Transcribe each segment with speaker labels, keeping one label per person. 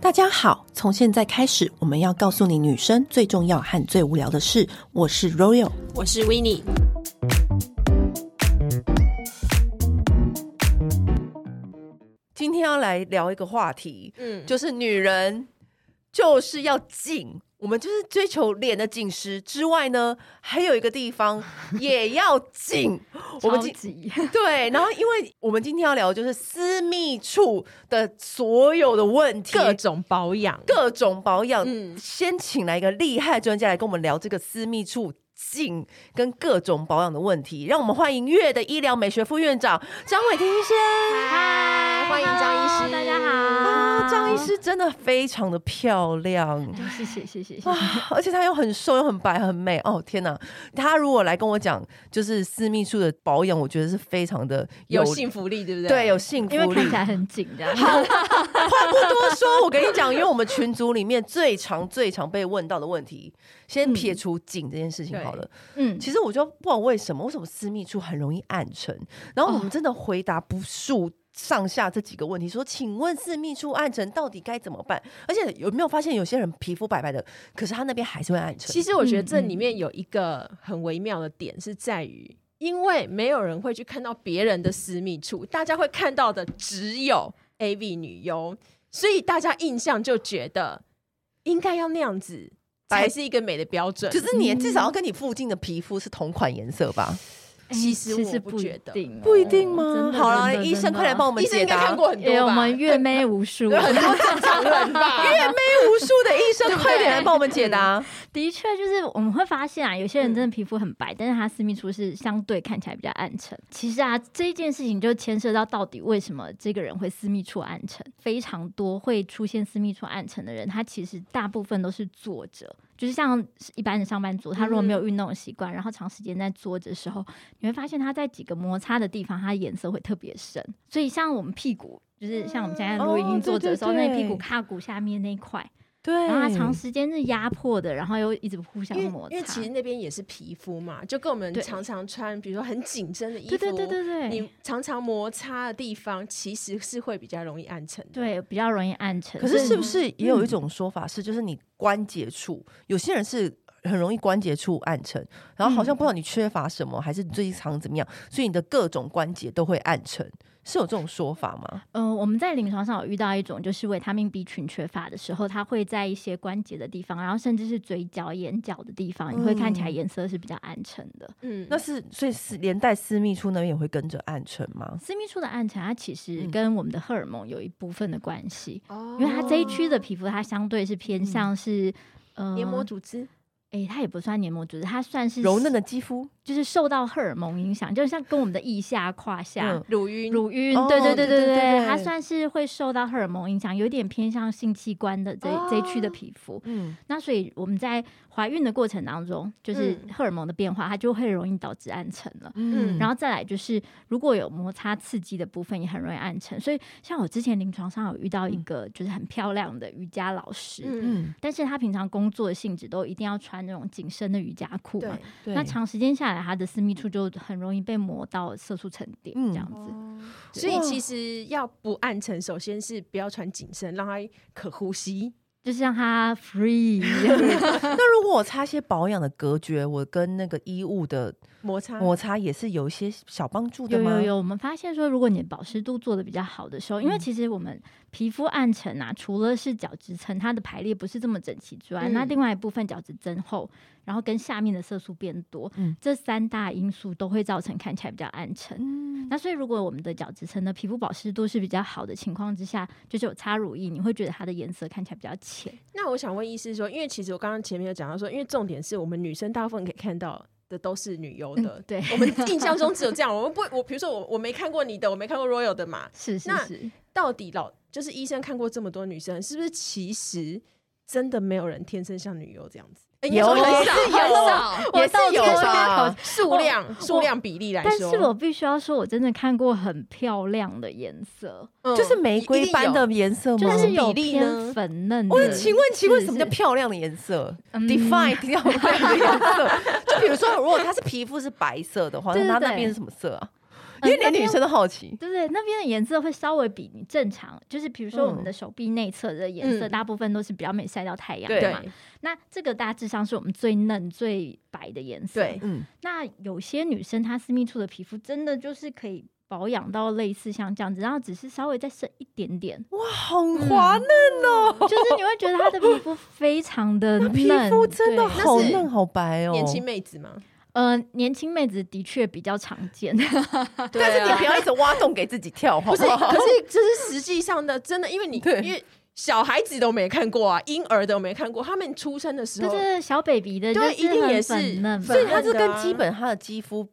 Speaker 1: 大家好，从现在开始，我们要告诉你女生最重要和最无聊的事。我是 Royal，
Speaker 2: 我是 w i n n i e
Speaker 1: 今天要来聊一个话题，
Speaker 2: 嗯，
Speaker 1: 就是女人就是要紧，我们就是追求脸的紧实之外呢，还有一个地方也要 紧。我们
Speaker 3: 超
Speaker 1: 今
Speaker 3: 级
Speaker 1: 对，然后因为我们今天要聊的就是私密处的所有的问题，
Speaker 2: 各种保养，
Speaker 1: 各种保养。
Speaker 2: 嗯
Speaker 1: 先请来一个厉害专家来跟我们聊这个私密处。紧跟各种保养的问题，让我们欢迎月的医疗美学副院长张伟婷医生。
Speaker 3: 嗨
Speaker 2: 欢迎张医师
Speaker 3: hello，大家好，
Speaker 1: 啊，张 医，师真的非常的漂 亮。
Speaker 3: 谢谢谢谢谢谢，
Speaker 1: 啊！而且她又很瘦，又很白，很美哦！天哪，她如果来跟我讲，就是私密处的保养，我觉得是非常的
Speaker 2: 有幸福力，对不对？
Speaker 1: 对，有幸
Speaker 3: 因为
Speaker 1: 福力
Speaker 3: 看。起来很紧这样，
Speaker 1: 话不多说，我跟你讲，因为我们群组里面最常、最常被问到的问题，先撇除紧这件事情好了。
Speaker 3: 嗯，
Speaker 1: 其实我就不知道为什么，为什么私密处很容易暗沉，然后我们真的回答不数。上下这几个问题，说，请问私密处暗沉到底该怎么办？而且有没有发现有些人皮肤白白的，可是他那边还是会暗沉
Speaker 2: 其？实我觉得
Speaker 1: 嗯
Speaker 2: 这里面有一个很微妙的点是在于，因为没有人会去看到别人的私密处，大家会看到的只有 AV 女优，所以大家印象就觉得应该要那样子才是一个美的标准。
Speaker 1: 就是你至少要跟你附近的皮肤是同款颜色吧？
Speaker 3: 哎
Speaker 2: 其实我
Speaker 3: 实
Speaker 2: 不
Speaker 3: 不
Speaker 2: 觉得
Speaker 3: 定哦，
Speaker 1: 不一定吗
Speaker 3: 真？的
Speaker 1: 好了，
Speaker 3: 真的
Speaker 1: 医生
Speaker 3: 真的
Speaker 1: 快来帮我们
Speaker 2: 医生
Speaker 1: 解
Speaker 2: 应该
Speaker 1: 答
Speaker 2: 看。过很
Speaker 3: 也
Speaker 2: 多
Speaker 3: 有哎我
Speaker 2: 吧？
Speaker 3: 们月妹 无数，
Speaker 2: 很多正常人 吧？
Speaker 1: 阅妹无数的医生，快点来帮我们解答。
Speaker 3: 的确就是我们会发现啊，有些
Speaker 1: 嗯
Speaker 3: 人真的皮肤很白，但是他私密处是相对看起来比较暗沉。其实啊，这一件事情就牵涉到到底为什么这个人会私密处暗沉，非常多会出现私密处暗沉的人，他其实大部分都是坐着。就是像一般的上班族，他如果
Speaker 1: 嗯
Speaker 3: 没有运动的习惯，然后长时间在坐着的时候，你会发现它在几个摩擦的地方，它颜色会特别深。所以像我们屁股，就是像我们现在如果已
Speaker 1: 哦
Speaker 3: 经坐着的时候，
Speaker 1: 对对对
Speaker 3: 那屁股胯骨下面那一块，
Speaker 1: 对
Speaker 3: 然后它长时间是压迫的，然后又一直互相
Speaker 2: 因为
Speaker 3: 摩擦。
Speaker 2: 因为其实那边也是皮肤嘛，就跟我们
Speaker 3: 对
Speaker 2: 常常穿，比如说很紧身的衣服，
Speaker 3: 对对对对对，
Speaker 2: 你常常摩擦的地方，其实是会比较容易暗沉的。
Speaker 3: 对比较容易暗沉。
Speaker 1: 可
Speaker 3: 所
Speaker 1: 是
Speaker 3: 以
Speaker 1: 是不是也
Speaker 3: 嗯
Speaker 1: 有一种说法是，就是你关节处，有些人是很容易关节处暗沉，然后好
Speaker 3: 嗯
Speaker 1: 像不知道你缺乏什么，还是你最近常怎么样，所以你的各种关节都会暗沉，是有这种说法吗？
Speaker 3: 嗯、我们在临床上有遇到一种，就是维他命 B 群缺乏的时候，它会在一些关节的地方，然后甚至是嘴角、眼角的地方，你会看起来
Speaker 1: 嗯
Speaker 3: 颜色是比较暗沉的。
Speaker 2: 嗯，
Speaker 1: 那是所以是连带私密处那边也会跟着暗沉吗？
Speaker 3: 私密处的暗沉，它其实
Speaker 1: 嗯
Speaker 3: 跟我们的荷尔蒙有一部分的关系，
Speaker 2: 哦嗯
Speaker 3: 因为它这一区的皮肤，它相对是偏向是。呃，
Speaker 2: 黏膜组织，
Speaker 3: 哎、它也不算黏膜组织，它算是
Speaker 1: 柔嫩的肌肤，
Speaker 3: 就是受到荷尔蒙影响，就像跟我们的腋下、胯下、
Speaker 1: 嗯
Speaker 2: 啊乳晕，
Speaker 3: 乳晕，
Speaker 1: 哦
Speaker 3: 对对
Speaker 1: 对
Speaker 3: 对
Speaker 1: 对
Speaker 3: 对
Speaker 1: 对
Speaker 3: 对，它算是会受到荷尔蒙影响，有点偏向性器官的这、
Speaker 2: 哦
Speaker 3: 这一区的皮肤。
Speaker 1: 嗯，
Speaker 3: 那所以我们在怀孕的过程当中，就是
Speaker 2: 嗯
Speaker 3: 荷尔蒙的变化，它就会容易导致暗沉了。
Speaker 1: 嗯
Speaker 3: 然后再来就是，如果有摩擦刺激的部分，也很容易暗沉。所以，像我之前临床上有遇到一个就是很漂亮的瑜伽老师，
Speaker 2: 嗯，
Speaker 1: 嗯，
Speaker 3: 但是她平常工作的性质都一定要穿那种紧身的瑜伽裤
Speaker 2: 对
Speaker 3: 嘛，，
Speaker 1: 对
Speaker 3: 那长时间下来，它的私密处就很容易被磨到色素沉淀，
Speaker 1: 嗯
Speaker 3: 这样子。
Speaker 2: 所以其实要不暗沉，首先是不要穿紧身，让它可呼吸。
Speaker 3: 就是让它 free，
Speaker 1: 那如果我擦一些保养的隔绝，我跟那个衣物的
Speaker 2: 摩擦，
Speaker 1: 摩擦也是有一些小帮助的
Speaker 3: 啊有
Speaker 1: 吗？
Speaker 3: 有有，我们发现说，如果你的保湿度做的比较好的时候，因为
Speaker 1: 嗯
Speaker 3: 其实我们皮肤暗沉啊，除了是角质层它的排列不是这么整齐之外，
Speaker 2: 嗯
Speaker 3: 那另外一部分角质增厚，然后跟下面的色素变多，
Speaker 1: 嗯
Speaker 3: 这三大因素都会造成看起来比较暗沉。
Speaker 1: 嗯，
Speaker 3: 那所以，如果我们的角质层的皮肤保湿度是比较好的情况之下，就是有擦乳液，你会觉得它的颜色看起来比较浅。
Speaker 2: 那我想问医师说，因为其实我刚刚前面有讲到说，因为重点是我们女生大部分可以看到的都是女优的，
Speaker 3: 嗯对
Speaker 2: 我们印象中只有这样。我们不，我比如说我我没看过你的，我没看过 Royal 的嘛，
Speaker 3: 是是
Speaker 2: 那
Speaker 3: 是，
Speaker 2: 到底老就是医生看过这么多女生，是不是其实真的没有人天生像女优这样子？哎应该
Speaker 1: 有
Speaker 2: 说很
Speaker 1: 也 是
Speaker 2: 少，很
Speaker 1: 有
Speaker 3: 哦
Speaker 1: 啊
Speaker 2: 少
Speaker 1: 也是有啊
Speaker 2: 我
Speaker 1: 吧？
Speaker 2: 数量数量比例来
Speaker 3: 但
Speaker 2: 说，
Speaker 3: 是我必须要说，我真的看过很漂亮的颜色，
Speaker 2: 嗯
Speaker 1: 就是玫瑰般的
Speaker 2: 一定
Speaker 1: 颜色吗？
Speaker 3: 就是有
Speaker 2: 比例呢
Speaker 3: 偏粉嫩
Speaker 1: 嗯
Speaker 3: 的。
Speaker 1: 我请问，请问
Speaker 3: 是
Speaker 1: 什么叫漂亮的颜色
Speaker 3: 嗯
Speaker 1: ？define 漂亮的颜色，就比如说，如果它是皮肤是白色的话，
Speaker 3: 对
Speaker 1: 那
Speaker 3: 对
Speaker 1: 它那
Speaker 3: 对
Speaker 1: 边是什么色啊？因为
Speaker 3: 那
Speaker 1: 连女
Speaker 3: 边
Speaker 1: 生都好奇。
Speaker 3: 对不对？那边的颜色会稍微比你正常，就是比如说我们
Speaker 1: 嗯
Speaker 3: 的手臂内侧的颜色，
Speaker 2: 嗯
Speaker 3: 大部分都是比较没晒到太阳的
Speaker 2: 对
Speaker 3: 嘛。那这个大致上是我们最嫩、最白的颜色。
Speaker 2: 对，
Speaker 1: 嗯，，
Speaker 3: 那有些女生她私密处的皮肤真的就是可以保养到类似像这样子，然后只是稍微再深一点点
Speaker 1: 哇，好滑嫩哦，
Speaker 3: 就是你会觉得她的皮肤非 常的嗯嫩，
Speaker 1: 皮肤真的
Speaker 3: 对
Speaker 1: 好
Speaker 2: 那是
Speaker 1: 嫩好白哦。
Speaker 2: 年轻妹子嘛，
Speaker 3: 呃，年轻妹子的确比较常见，
Speaker 1: 但是
Speaker 2: 对
Speaker 1: 你
Speaker 2: 啊
Speaker 1: 不要一直挖洞给自己跳，好
Speaker 2: 不是，
Speaker 1: 好？
Speaker 2: 可是这是实际上的，真的，因为你
Speaker 1: 对
Speaker 2: 因为小孩子都没看过啊，婴儿都没看过，他们出生的时
Speaker 3: 就
Speaker 2: 候，
Speaker 3: 是小 baby 的，就
Speaker 2: 对一定
Speaker 3: 很
Speaker 2: 也是
Speaker 3: 粉嫩嘛，
Speaker 1: 所以它
Speaker 2: 粉
Speaker 1: 是
Speaker 2: 嫩的
Speaker 1: 跟
Speaker 2: 啊
Speaker 1: 基本它的肌肤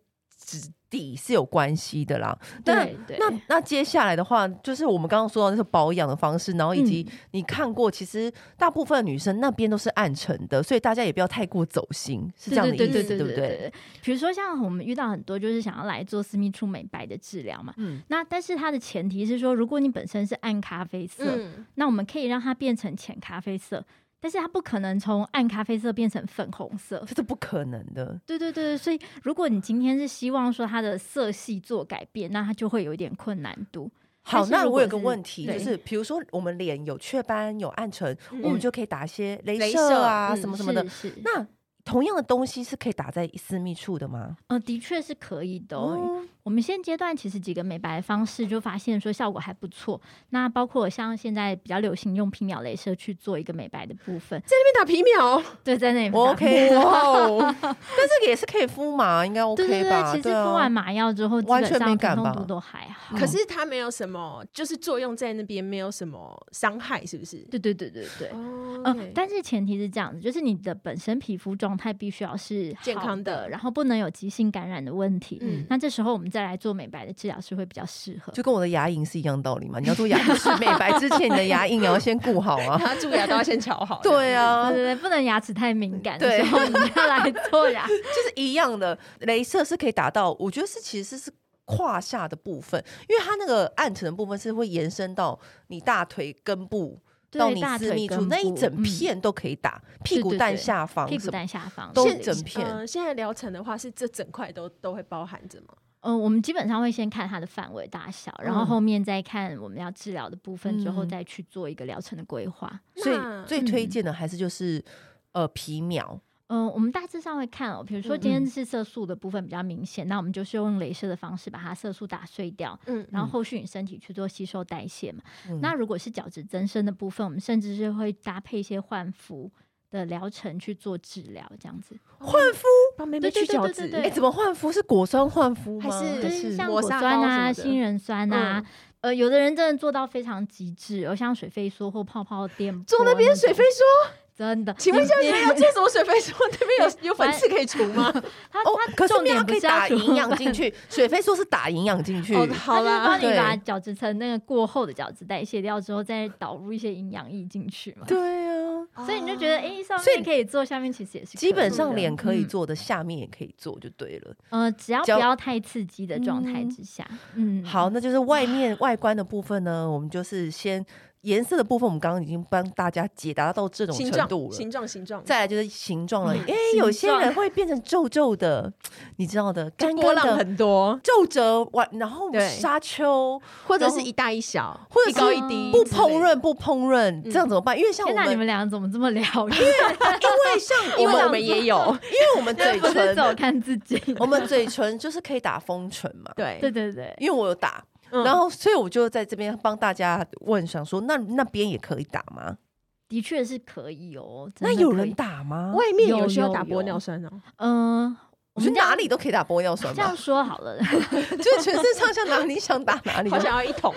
Speaker 1: 质地是有关系的啦。那
Speaker 3: 对对，
Speaker 1: 那那接下来的话，就是我们刚刚说到那是保养的方式，然后以
Speaker 3: 嗯
Speaker 1: 及你看过，其实大部分的女生那边都是暗沉的，所以大家也不要太过走心，是这样的意
Speaker 3: 对
Speaker 1: 思，
Speaker 3: 对
Speaker 1: 对
Speaker 3: 对
Speaker 1: 不
Speaker 3: 对
Speaker 1: 对？
Speaker 3: 对。比如说像我们遇到很多就是想要来做私密处美白的治疗嘛，
Speaker 1: 嗯
Speaker 3: 那但是它的前提是说，如果你本身是暗咖啡色，
Speaker 2: 嗯，
Speaker 3: 那我们可以让它变成浅咖啡色，但是它不可能从暗咖啡色变成粉红色。
Speaker 1: 这是不可能的。
Speaker 3: 对对对对，所以如果你今天是希望说它的色系做改变，那它就会有一点困难度。
Speaker 1: 好，
Speaker 3: 但是
Speaker 1: 那
Speaker 3: 如
Speaker 1: 我
Speaker 3: 果
Speaker 1: 有个
Speaker 3: 是
Speaker 1: 问题，就
Speaker 3: 对
Speaker 1: 是比如说我们脸有雀斑、有暗沉，我们
Speaker 3: 嗯
Speaker 1: 就可以打一些镭
Speaker 2: 镭
Speaker 1: 射
Speaker 2: 射
Speaker 1: 啊，
Speaker 2: 嗯
Speaker 1: 什么什么的。
Speaker 3: 是是，
Speaker 1: 那同样的东西是可以打在私密处的吗？
Speaker 3: 呃，的确是可以的、哦。
Speaker 1: 哦，
Speaker 3: 我们现阶段其实几个美白的方式就发现说效果还不错，那包括像现在比较流行用皮秒镭射去做一个美白的部分，
Speaker 2: 在那边打皮秒，
Speaker 3: 对，在那里
Speaker 1: 我
Speaker 3: 打
Speaker 1: OK，
Speaker 2: 哇哦，
Speaker 1: 但这个也是可以敷麻，应该
Speaker 3: 对对
Speaker 1: OK 吧？
Speaker 3: 对，其实
Speaker 1: 对啊
Speaker 3: 敷完麻药之后，基
Speaker 1: 完
Speaker 3: 本
Speaker 1: 全没
Speaker 3: 上
Speaker 1: 感
Speaker 3: 疼痛
Speaker 1: 吧
Speaker 3: 度都还好。
Speaker 2: 可是它没有什么，就是作用在那边没有什么伤害，是不是？
Speaker 3: 对对对对对，
Speaker 2: 哦
Speaker 3: 嗯、
Speaker 2: OK
Speaker 3: 但是前提是这样子，就是你的本身皮肤状态必须要是
Speaker 2: 健
Speaker 3: 好
Speaker 2: 康
Speaker 3: 的，
Speaker 2: 的
Speaker 3: 然后不能有急性感染的问题。
Speaker 2: 嗯
Speaker 3: 那这时候我们再来做美白的治疗是会比较适合。
Speaker 1: 就跟我的牙龈是一样道理嘛。你要做牙医是美白之前，你的牙龈也要先顾好 啊。
Speaker 2: 他蛀牙都要先瞧好，
Speaker 1: 对啊
Speaker 3: 对，对对，不能牙齿太敏感的
Speaker 1: 对
Speaker 3: 时候，你要来 做牙
Speaker 1: 就是一样的。镭射是可以达到，我觉得是其实是胯下的部分，因为它那个暗沉的部分是会延伸到你大腿根部。到
Speaker 3: 对
Speaker 1: 你
Speaker 3: 大
Speaker 1: 私
Speaker 3: 腿
Speaker 1: 密处
Speaker 3: 根
Speaker 1: 那一
Speaker 3: 部
Speaker 1: 整
Speaker 3: 嗯
Speaker 1: 片都可以打，屁股
Speaker 3: 对
Speaker 1: 蛋
Speaker 3: 对
Speaker 1: 下方
Speaker 3: 屁
Speaker 1: 什
Speaker 3: 股
Speaker 1: 么
Speaker 3: 蛋下方呃
Speaker 1: 都
Speaker 3: 之类的
Speaker 1: 整片
Speaker 2: 嗯、现在疗程的话，是这整块都都会包含着吗？
Speaker 3: 嗯，我们基本上会先看它的范围大小，然后
Speaker 1: 嗯
Speaker 3: 后面再看我们要治疗的部分，之后
Speaker 1: 嗯
Speaker 3: 再去做一个疗程的规划。
Speaker 1: 所以
Speaker 2: 那
Speaker 1: 最推
Speaker 3: 嗯
Speaker 1: 荐的还是就是呃皮秒，
Speaker 3: 嗯，我们大致上会看哦，比如说
Speaker 1: 嗯
Speaker 3: 今天是色素的部分比较明显，那我们就是用镭射的方式把它色素打碎掉，
Speaker 2: 嗯
Speaker 3: 然后后续你身体去做吸收代谢嘛。
Speaker 1: 嗯
Speaker 3: 那如果是角质增生的部分，我们甚至是会搭配一些焕肤的疗程去做治疗，这样子。
Speaker 1: 焕肤
Speaker 2: 帮妹
Speaker 3: 妹去角质
Speaker 1: 哎、
Speaker 3: 对
Speaker 1: 怎么焕肤是果酸焕肤吗？
Speaker 2: 还是
Speaker 3: 就
Speaker 2: 对
Speaker 3: 是像
Speaker 2: 磨
Speaker 3: 果
Speaker 2: 砂
Speaker 3: 酸
Speaker 2: 膏什
Speaker 3: 啊、
Speaker 2: 么的
Speaker 3: 杏仁酸
Speaker 1: 嗯
Speaker 3: 啊，呃，有的人真的做到非常极致，哦，像水飞梭或泡泡电波
Speaker 2: 做那边水
Speaker 3: 种
Speaker 2: 飞梭，
Speaker 3: 真的，
Speaker 2: 请问一下，
Speaker 3: 你
Speaker 2: 你们要做什么水飞梭？那边有有粉
Speaker 3: 完
Speaker 2: 刺可以除吗？
Speaker 3: 它
Speaker 1: 哦，
Speaker 3: 它
Speaker 1: 可是
Speaker 3: 重
Speaker 1: 没有
Speaker 3: 点不
Speaker 1: 可以
Speaker 3: 是要
Speaker 1: 打
Speaker 3: 除
Speaker 1: 营养进 去，水飞说是打营养进去。
Speaker 2: 哦，
Speaker 3: 它
Speaker 2: 好
Speaker 3: 就是帮
Speaker 2: 啦，
Speaker 3: 你把
Speaker 1: 对
Speaker 3: 角质层那个过后的角质代谢掉之后，再导入一些营养液进去嘛。
Speaker 1: 对啊，
Speaker 3: 所以你就觉得，哎、上
Speaker 1: 所以
Speaker 3: 面可以做，下面其实也
Speaker 1: 基
Speaker 3: 是可以
Speaker 1: 本上
Speaker 3: 的
Speaker 1: 脸可以
Speaker 3: 嗯
Speaker 1: 做的，下面也可以做就对了。
Speaker 3: 呃，只要
Speaker 1: 只要
Speaker 3: 不要太刺激的状态
Speaker 1: 嗯
Speaker 3: 之下，嗯，
Speaker 1: 好，，那就是外面外观的部分呢，我们就是先颜色的部分，我们刚刚已经帮大家解答到这种
Speaker 2: 形
Speaker 1: 程
Speaker 2: 状
Speaker 1: 度了。
Speaker 2: 形状形状，
Speaker 1: 再来就是形状了，哎、
Speaker 3: 嗯形
Speaker 1: 有些
Speaker 3: 状
Speaker 1: 人会变成皱皱的，你知道的，干
Speaker 2: 波
Speaker 1: 干
Speaker 2: 浪
Speaker 1: 的
Speaker 2: 很多，
Speaker 1: 皱褶完，然后
Speaker 2: 对
Speaker 1: 沙丘，
Speaker 2: 或者
Speaker 1: 然后
Speaker 2: 是一大一小，
Speaker 1: 或者
Speaker 2: 一高
Speaker 1: 是
Speaker 2: 一低，
Speaker 1: 不烹，饪不烹饪，这样怎么办？因为像我
Speaker 3: 嗯天哪，你
Speaker 1: 们
Speaker 3: 们，俩怎么这么聊？
Speaker 1: 因为像
Speaker 2: 因
Speaker 1: 我
Speaker 2: 为
Speaker 1: 们
Speaker 2: 我们也有，
Speaker 1: 因为我们嘴
Speaker 3: 不是走
Speaker 1: 唇，
Speaker 3: 看自己，
Speaker 1: 我们嘴唇就是可以打封唇嘛，
Speaker 2: 对
Speaker 3: 对，对对，
Speaker 1: 因为我有打，
Speaker 2: 嗯
Speaker 1: 然后所以我就在这边帮大家问，想说那那边也可以打吗？
Speaker 3: 的确是可以哦。真
Speaker 1: 那
Speaker 3: 的
Speaker 1: 有
Speaker 3: 可
Speaker 1: 人
Speaker 3: 以，
Speaker 1: 打吗？
Speaker 2: 外面有
Speaker 3: 有
Speaker 2: 需要
Speaker 3: 有
Speaker 2: 打玻
Speaker 3: 有
Speaker 2: 尿酸哦，
Speaker 3: 嗯、
Speaker 1: 我觉得哪里都啊可以打玻尿酸
Speaker 3: 这
Speaker 1: 吧
Speaker 3: 样，说好了，
Speaker 1: 就是全身上下哪里想打哪里
Speaker 2: 好。想要一桶，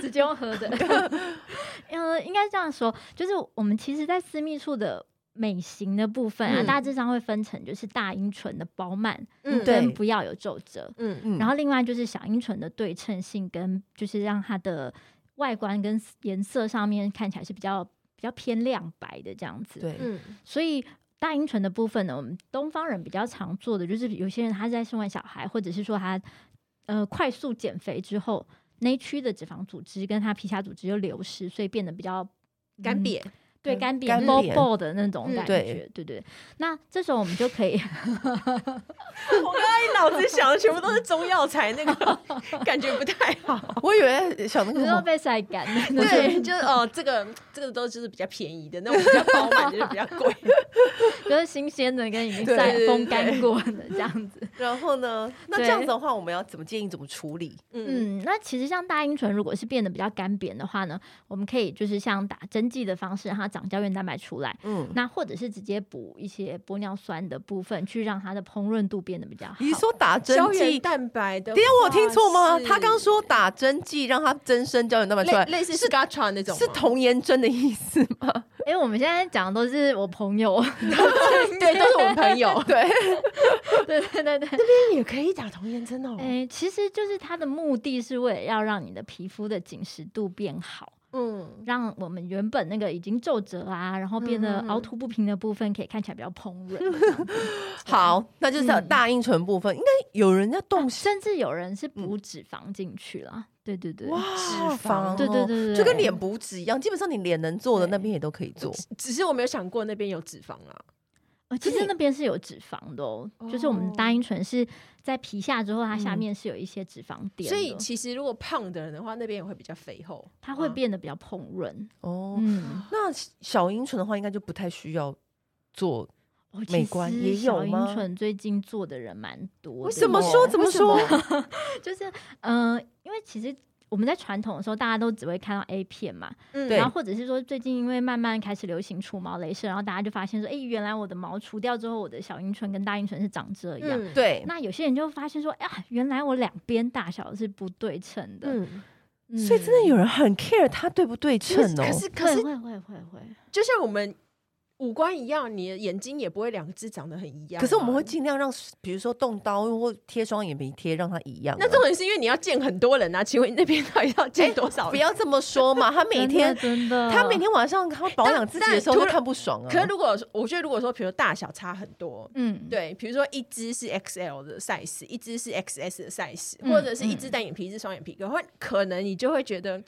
Speaker 3: 直接用喝的。 呃，应该这样说，就是我们其实，在私密处的美型的部分啊，
Speaker 2: 嗯
Speaker 3: 大致上会分成就是大阴唇的饱满，
Speaker 2: 嗯
Speaker 1: 对
Speaker 3: 跟不要有皱褶，
Speaker 2: 嗯，
Speaker 1: 嗯
Speaker 3: 然后另外就是小阴唇的对称性跟就是让它的外观跟颜色上面看起来是比较比较偏亮白的这样子。
Speaker 1: 对，
Speaker 2: 嗯，
Speaker 3: 所以大阴唇的部分呢，我们东方人比较常做的就是，有些人他在生完小孩，或者是说他呃快速减肥之后，那一区的脂肪组织跟他皮下组织就流失，所以变得比较
Speaker 2: 干、
Speaker 3: 嗯
Speaker 2: 瘪，
Speaker 3: 对
Speaker 1: 嗯干
Speaker 3: 干扁薄
Speaker 1: 扁
Speaker 3: 薄的那种
Speaker 2: 嗯
Speaker 3: 感
Speaker 1: 对
Speaker 3: 觉，对对。那这时候我们就 可以
Speaker 2: 我刚刚一脑子想的全部都是中药材，那 个感觉不太好。
Speaker 1: 我以为想那个
Speaker 3: 不
Speaker 1: 什
Speaker 3: 要
Speaker 1: 么，
Speaker 3: 被晒干 的那种
Speaker 2: 对，就是哦，这个这个都就是比较便宜的，那种比较饱满的就比较贵。
Speaker 3: 就是新鲜的跟已经
Speaker 1: 对
Speaker 3: 晒
Speaker 2: 对
Speaker 3: 风
Speaker 2: 对
Speaker 3: 干 过的这样子。
Speaker 1: 然后呢？那这样子的话，我们要怎么建议怎么处理？
Speaker 2: 嗯，
Speaker 3: 嗯，那其实像大阴唇如果是变得比较干扁的话呢，我们可以就是像打针剂的方式让它长胶原蛋白出来，
Speaker 1: 嗯，
Speaker 3: 那或者是直接补一些玻尿酸的部分，去让它的膨润度变得比较好。
Speaker 1: 你说打针
Speaker 2: 胶原
Speaker 1: 剂？
Speaker 2: 蛋白的话是，
Speaker 1: 等一下我有听错吗？他刚说打针剂让它增生胶原蛋白出来，
Speaker 2: 类类似 s c a t r a 那种吗
Speaker 1: 是童颜针的意思吗？。
Speaker 3: 哎、我们现在讲的都是我朋友，
Speaker 2: 对，都是我们朋友
Speaker 1: 对，
Speaker 3: 对对对对，
Speaker 2: 这边也可以打童颜针哦
Speaker 3: 哎、其实就是它的目的是为了要让你的皮肤的紧实度变好。
Speaker 2: 嗯，
Speaker 3: 让我们原本那个已经皱褶啊，然后变得
Speaker 2: 嗯嗯嗯
Speaker 3: 凹凸不平的部分，可以看起来比较蓬 润。
Speaker 1: 好，那就是
Speaker 3: 嗯
Speaker 1: 大阴唇部分，应该有人在动心
Speaker 3: 甚至有人是补脂肪进去了。对对对，
Speaker 1: 嗯哇，
Speaker 2: 脂
Speaker 1: 肪
Speaker 2: 肪
Speaker 1: 哦
Speaker 3: 对对对对，
Speaker 1: 就跟脸补脂一样，基本上你脸能做的那边也都可以做。
Speaker 2: 只是我没有想过那边有脂肪啊啦。
Speaker 3: 呃，其实那边是有脂肪的哦，就是我们
Speaker 2: 哦
Speaker 3: 大阴唇是在皮下之后，它下
Speaker 1: 嗯
Speaker 3: 面是有一些脂肪点的，
Speaker 2: 所以其实如果胖的人的话，那边也会比较肥厚，
Speaker 3: 它会
Speaker 2: 嗯
Speaker 3: 变得比较蓬润。
Speaker 1: 哦，
Speaker 3: 嗯，
Speaker 1: 那小阴唇的话，应该就不太需要做。
Speaker 3: 哦其
Speaker 1: 美观
Speaker 3: 实
Speaker 1: 也有
Speaker 3: 小阴
Speaker 1: 吗
Speaker 3: 唇最近做的人蛮多的，哦
Speaker 1: 为什么说？怎么说？
Speaker 3: 就是嗯、呃因为其实。我们在传统的时候，大家都只会看到 A 片嘛，
Speaker 2: 嗯
Speaker 1: 对
Speaker 3: 然后或者是说最近因为慢慢开始流行除毛镭射，然后大家就发现说，哎、原来我的毛除掉之后，我的小阴唇跟大阴唇是长这样。
Speaker 2: 嗯，
Speaker 1: 对，
Speaker 3: 那有些人就发现说，哎呀，原来我两边大小是不对称的，
Speaker 2: 嗯，
Speaker 3: 嗯
Speaker 1: 所以真的有人很 care 它对不对称哦。
Speaker 2: 可是可
Speaker 3: 会
Speaker 2: 是
Speaker 3: 会会会会，
Speaker 2: 就像我们五官一样，你的眼睛也不会两只长得很一样啊。
Speaker 1: 可是我们会尽量让，比如说动刀或贴双眼皮贴，让它一样啊。
Speaker 2: 那重点是因为你要见很多人啊，请问你那边到底要见多少
Speaker 1: 不
Speaker 2: 人？
Speaker 1: 要这么说 嘛，他每
Speaker 3: 真的
Speaker 1: 天
Speaker 3: 真的，
Speaker 1: 他每天晚上他保养自己的时候就
Speaker 2: 但但
Speaker 1: 看不爽啊。
Speaker 2: 可是如果我觉得，如果说比如大小差很多，
Speaker 3: 嗯，
Speaker 2: 对，比如说一只是 XL 的 size，一只是 XS 的 size，、
Speaker 3: 嗯
Speaker 2: 或者是一只单眼皮，一只双眼皮，可会可能你就会觉得，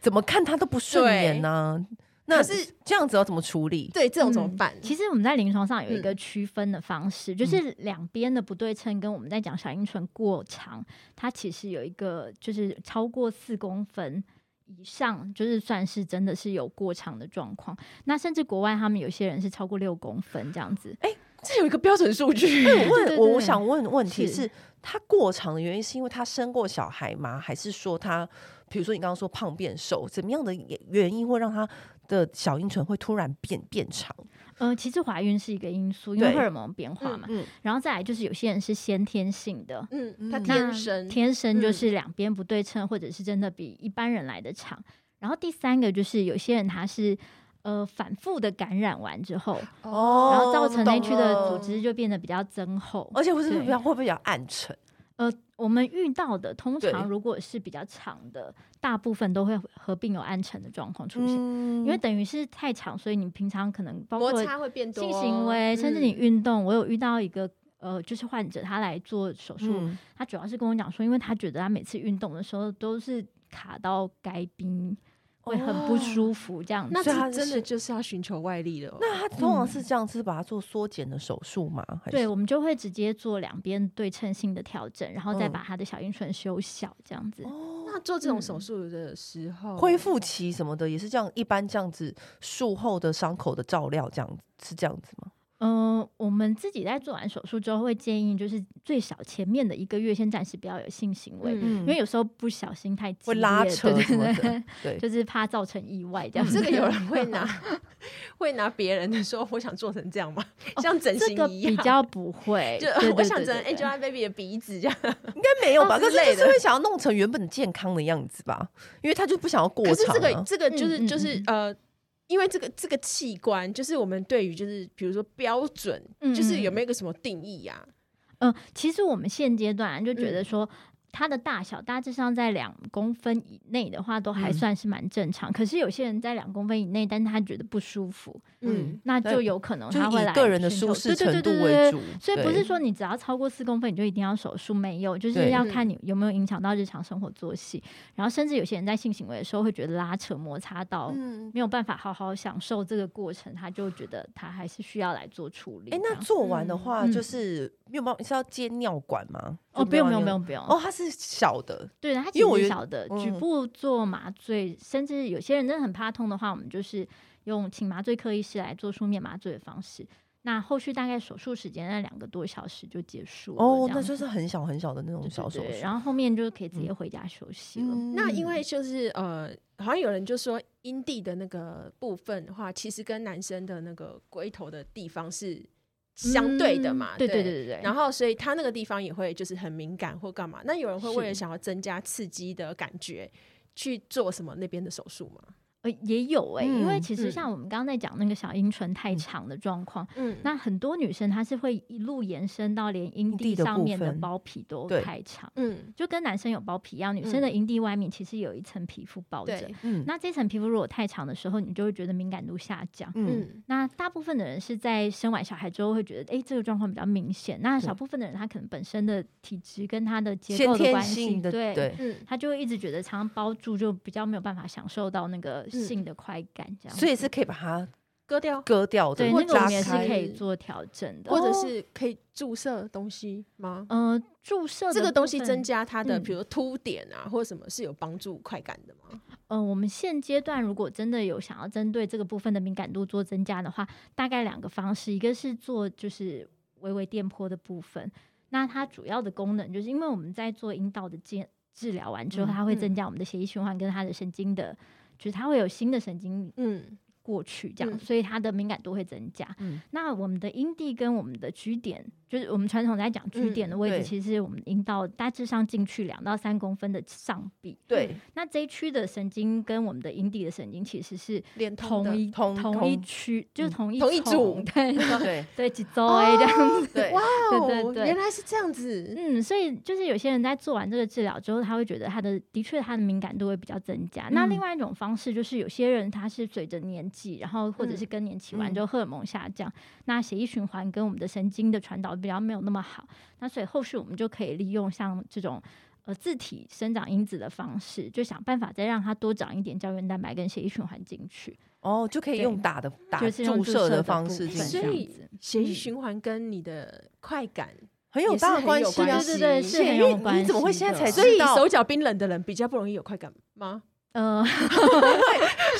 Speaker 1: 怎么看他都不顺眼呢、那
Speaker 2: 可是
Speaker 1: 这样子要怎么处理？
Speaker 2: 对这种怎么
Speaker 3: 嗯
Speaker 2: 办？
Speaker 3: 其实我们在临床上有
Speaker 1: 嗯
Speaker 3: 一个区分的方式，就是两边的不对称跟我们在讲小阴唇过长，它其实有一个就是超过四公分。以上就是算是真的是有过长的状况，那甚至国外他们有些人是超过六公分这样子，
Speaker 2: 这有一个标准数据，
Speaker 1: 我
Speaker 3: 对对
Speaker 1: 问，我
Speaker 3: 对
Speaker 1: 我想问问题
Speaker 3: 是
Speaker 1: 是，他过长的原因是因为他生过小孩吗？还是说他，比如说你刚刚说胖变瘦，怎么样的原因会让他的小阴唇会突然变变长？
Speaker 3: 呃，其实怀孕是一个因素，因为
Speaker 1: 对
Speaker 3: 荷尔蒙变化嘛，
Speaker 1: 嗯
Speaker 3: 然后再来就是有些人是先天性的，
Speaker 2: 嗯，他
Speaker 1: 嗯
Speaker 3: 那
Speaker 2: 天生，
Speaker 3: 天生就
Speaker 2: 嗯
Speaker 3: 是两边不对称，或者是真的比一般人来的长。然后第三个就是有些人他是呃反复的感染完之后，
Speaker 1: 哦
Speaker 3: 然后造成那
Speaker 1: 懂
Speaker 3: 区的组
Speaker 1: 了哦
Speaker 3: 织就变得比较增厚。
Speaker 1: 而且会是不是
Speaker 3: 对
Speaker 1: 比较会不会比较暗沉？
Speaker 3: 呃，我们遇到的通
Speaker 1: 对
Speaker 3: 常如果是比较长的，大部分都会合并有暗沉的状况出现，
Speaker 1: 嗯
Speaker 3: 因为等于是太长，所以你平常可能包括
Speaker 2: 摩擦会变多，
Speaker 1: 啊
Speaker 3: 性行为，甚至你
Speaker 2: 嗯
Speaker 3: 运动，我有遇到一个。呃，就是患者他来做手术，
Speaker 1: 嗯
Speaker 3: 他主要是跟我讲说，因为他觉得他每次运动的时候都是卡到该冰，会很不舒服这样子。
Speaker 2: 那
Speaker 1: 所以他
Speaker 2: 这
Speaker 1: 哦是
Speaker 2: 真的就是要寻求外力了哦。
Speaker 1: 那他通常是这样，是把它做缩减的手术吗？还是
Speaker 3: 嗯对，我们就会直接做两边对称性的调整，然后再
Speaker 1: 嗯
Speaker 3: 把他的小阴唇修小这样子。
Speaker 1: 哦，
Speaker 2: 那做这种
Speaker 3: 嗯
Speaker 2: 手术的时候，
Speaker 1: 恢复期什么的也是这样，一般这样子术后的伤口的照料，这样子是这样子吗？
Speaker 3: 嗯、我们自己在做完手术之后，会建议就是最少前面的一个月先暂时不要有性行为，
Speaker 2: 嗯
Speaker 3: 因为有时候不小心太激
Speaker 1: 会
Speaker 3: 烈
Speaker 1: 拉
Speaker 3: 对
Speaker 1: 扯
Speaker 3: 对
Speaker 1: 什么
Speaker 3: 对
Speaker 1: 的，嗯对，
Speaker 3: 就是怕造成意外这样子。
Speaker 2: 这个有人会 拿会拿别人的说，我想做成这样吗？像整
Speaker 3: 哦这
Speaker 2: 形
Speaker 3: 个
Speaker 2: 一
Speaker 3: 比
Speaker 2: 样，
Speaker 3: 较 不 会，
Speaker 2: 就
Speaker 3: 对对
Speaker 2: 我
Speaker 3: 对
Speaker 2: 想
Speaker 3: 对
Speaker 2: 整
Speaker 1: 哎
Speaker 3: 对
Speaker 2: Angelababy 的鼻子这样。
Speaker 1: 应该没有吧？
Speaker 2: 哦
Speaker 1: 可是
Speaker 2: 之类
Speaker 1: 就
Speaker 2: 的
Speaker 1: 是会想要弄成原本健康的样子吧，因为他就不想要过
Speaker 2: 可是
Speaker 1: 长
Speaker 2: 这个
Speaker 1: 啊。
Speaker 2: 这个就是、
Speaker 3: 嗯嗯
Speaker 2: 就是呃。因为这个这个器官，就是我们对于就是比如说标准，
Speaker 3: 嗯
Speaker 2: 就是有没有一个什么定义呀、
Speaker 3: 啊嗯，其实我们现阶段就觉得说。它的大小大致上在两公分以内的话，都还
Speaker 1: 嗯
Speaker 3: 算是蛮正常。可是有些人在两公分以内，但是他觉得不舒服，
Speaker 1: 嗯
Speaker 2: 嗯，
Speaker 3: 那
Speaker 1: 对
Speaker 3: 就有可能
Speaker 1: 就
Speaker 3: 他
Speaker 1: 是
Speaker 3: 会
Speaker 1: 以
Speaker 3: 来
Speaker 1: 个人的
Speaker 3: 寻
Speaker 1: 舒
Speaker 3: 求
Speaker 1: 适
Speaker 3: 对
Speaker 1: 程
Speaker 3: 对
Speaker 1: 度
Speaker 3: 对对
Speaker 1: 为
Speaker 3: 对
Speaker 1: 主，
Speaker 3: 所以不
Speaker 1: 对
Speaker 3: 是说你只要超过四公分你就一定要手术，没有，就是
Speaker 1: 对
Speaker 3: 要
Speaker 2: 嗯
Speaker 3: 看你有没有影响到日常生活作息。然后甚至有些人在性行为的时候会觉得拉扯摩擦到
Speaker 1: 嗯，
Speaker 3: 没有办法好好享受这个过程，他就觉得他还是需要来做处理这
Speaker 1: 哎，
Speaker 3: 样。
Speaker 1: 那做完的话
Speaker 3: 嗯
Speaker 1: 就是没有办法是要接尿管吗？
Speaker 3: 哦，
Speaker 1: 就
Speaker 3: 不用不用
Speaker 1: 要
Speaker 3: 不
Speaker 1: 尿
Speaker 3: 用不用
Speaker 1: 哦，它是小的，
Speaker 3: 对的，它其
Speaker 1: 因为我
Speaker 3: 实
Speaker 1: 有
Speaker 3: 是小的，局
Speaker 1: 嗯
Speaker 3: 部做麻醉，甚至有些人真的很怕痛的话，我们就是用请麻醉科医师来做书面麻醉的方式。那后续大概手术时间在两个多小时就结束了
Speaker 1: 哦，那
Speaker 3: 这样
Speaker 1: 就
Speaker 3: 子
Speaker 1: 是很小很小的那种
Speaker 3: 对对
Speaker 1: 小手
Speaker 3: 对
Speaker 1: 术，
Speaker 3: 然后后面就可以直接回家休息了。
Speaker 1: 嗯
Speaker 2: 那因为就是呃，好像有人就说阴蒂的那个部分的话，其实跟男生的那个龟头的地方是相对的嘛，
Speaker 3: 嗯对
Speaker 2: 对
Speaker 3: 对对对对。
Speaker 2: 然
Speaker 3: 后
Speaker 2: 后，所以他那个地方也会就是很敏感或干嘛。那有人会为了
Speaker 3: 是
Speaker 2: 想要增加刺激的感觉，去做什么那边的手术吗？
Speaker 3: 呃也有哎、因为
Speaker 1: 嗯
Speaker 3: 其实
Speaker 2: 嗯
Speaker 3: 像我们刚刚在讲那个小阴唇太长的状况，
Speaker 2: 嗯，
Speaker 3: 那很多女生她是会一路延伸到连阴
Speaker 1: 地
Speaker 3: 蒂
Speaker 1: 的
Speaker 3: 上
Speaker 1: 部
Speaker 3: 面的
Speaker 1: 分
Speaker 3: 包皮都
Speaker 1: 对
Speaker 3: 太长。
Speaker 2: 嗯，
Speaker 3: 就跟男生有包皮一样，女生的阴蒂外面其实有一层皮肤包着
Speaker 2: 对。，
Speaker 1: 嗯
Speaker 3: 那这层皮肤如果太长的时候，你就会觉得敏感度下降。
Speaker 1: 嗯
Speaker 2: 嗯
Speaker 3: 那大部分的人是在生完小孩之后会觉得，哎、这个状况比较明显。那
Speaker 1: 对
Speaker 3: 小部分的人，他可能本身的体质跟他的结
Speaker 1: 先
Speaker 3: 构的
Speaker 1: 天
Speaker 3: 关系，
Speaker 1: 性的
Speaker 3: 对，
Speaker 1: 对，
Speaker 2: 嗯，
Speaker 3: 他就会一直觉得常常包住，就比较没有办法享受到那个性的快感，这样
Speaker 1: 嗯
Speaker 3: 子、
Speaker 1: 所以是可以把它
Speaker 2: 割掉，
Speaker 1: 割掉的，
Speaker 3: 对
Speaker 1: 或
Speaker 3: 那个我
Speaker 1: 拉
Speaker 3: 们也是
Speaker 1: 开
Speaker 3: 可以做调整的
Speaker 2: 或。者
Speaker 1: 哦
Speaker 2: 是可以注射东西吗？
Speaker 3: 呃，注射
Speaker 2: 这个东西增加
Speaker 3: 加。
Speaker 2: 它的，
Speaker 3: 嗯
Speaker 2: 比如凸点啊，或者什么是有帮助快感的吗？
Speaker 3: 嗯、我们现阶段如果真的有想要针对这个部分的敏感度做增加的话，大概两个方式，一个是做就是微微电波的部分，那它主要的功能就是因为我们在做阴道的治治疗完之后，
Speaker 1: 嗯
Speaker 3: 它会增
Speaker 2: 嗯
Speaker 3: 加我们的血液循环跟它的神经的，就是它会有新的神经
Speaker 2: 嗯
Speaker 3: 过去，这样，
Speaker 2: 嗯
Speaker 3: 所以它的敏感度会增加。
Speaker 1: 嗯
Speaker 3: 那我们的阴蒂跟我们的居点，就是我们传统在讲居
Speaker 2: 嗯
Speaker 3: 点的位置，
Speaker 1: 对
Speaker 3: 其实是我们阴道大致上进去两到三公分的上壁。
Speaker 1: 对
Speaker 3: 那这一区的神经跟我们的阴蒂的神经其实是
Speaker 2: 连通
Speaker 3: 同
Speaker 2: 的嗯
Speaker 3: 一
Speaker 1: 同
Speaker 3: 同一区，就是同一
Speaker 2: 同一组
Speaker 3: 丛对
Speaker 1: 对
Speaker 3: 对，几周哎这样子。
Speaker 1: 对
Speaker 2: 哇哦，
Speaker 3: 对对对
Speaker 2: 原来是这样子。
Speaker 3: 嗯，所以就是有些人在做完这个治疗之后，他会觉得他的的确他的敏感度会比较增加。那
Speaker 1: 嗯
Speaker 3: 另外一种方式就是，有些人他是随着年纪，然后或者是更年期完
Speaker 1: 嗯
Speaker 3: 之后荷尔蒙下降，那血液循环跟我们的神经的传导比较没有那么好，那所以后续我们就可以利用像这种。呃，自体生长因子的方式，就想办法再让它多长一点胶原蛋白跟血液循环进去。
Speaker 1: 哦，就可以
Speaker 3: 对
Speaker 1: 用打的打
Speaker 3: 就是用注
Speaker 1: 射
Speaker 3: 射
Speaker 1: 的
Speaker 3: 的
Speaker 1: 方
Speaker 3: 部
Speaker 1: 式
Speaker 3: 分
Speaker 1: 进
Speaker 2: 嗯所
Speaker 3: 这样
Speaker 1: 去，
Speaker 2: 以
Speaker 3: 子
Speaker 2: 血液
Speaker 3: 嗯
Speaker 2: 循环跟你的快感，
Speaker 1: 很有
Speaker 2: 也是
Speaker 1: 大
Speaker 2: 很
Speaker 1: 关
Speaker 2: 有
Speaker 1: 系啊
Speaker 2: 关系
Speaker 3: 对对对，
Speaker 2: 是
Speaker 3: 是很
Speaker 1: 因
Speaker 3: 有
Speaker 1: 为
Speaker 3: 关
Speaker 1: 你怎么会
Speaker 3: 系
Speaker 1: 现在
Speaker 3: 的
Speaker 1: 才知
Speaker 2: 所以
Speaker 1: 道
Speaker 2: 手脚冰冷的人比较不容易有快感吗？
Speaker 3: 呃，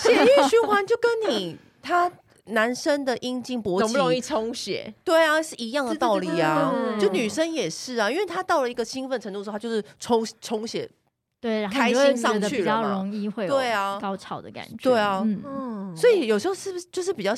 Speaker 1: 血液循环就跟你他男生的阴茎勃
Speaker 2: 容
Speaker 1: 起
Speaker 2: 不容易充血？
Speaker 1: 对啊是一样的道理啊。
Speaker 2: 嗯
Speaker 3: 对对对
Speaker 1: 就女生也是啊，因为她到了一个兴奋程度的时候，她就是充充血，
Speaker 3: 对，然后
Speaker 1: 开
Speaker 3: 你就会
Speaker 1: 心上
Speaker 3: 觉得
Speaker 1: 去
Speaker 3: 比
Speaker 1: 了
Speaker 3: 较
Speaker 1: 嘛
Speaker 3: 容易会有
Speaker 1: 对啊
Speaker 3: 高潮的感觉，
Speaker 1: 对啊
Speaker 3: 嗯，
Speaker 2: 嗯，
Speaker 1: 所以有时候是不是就是比较，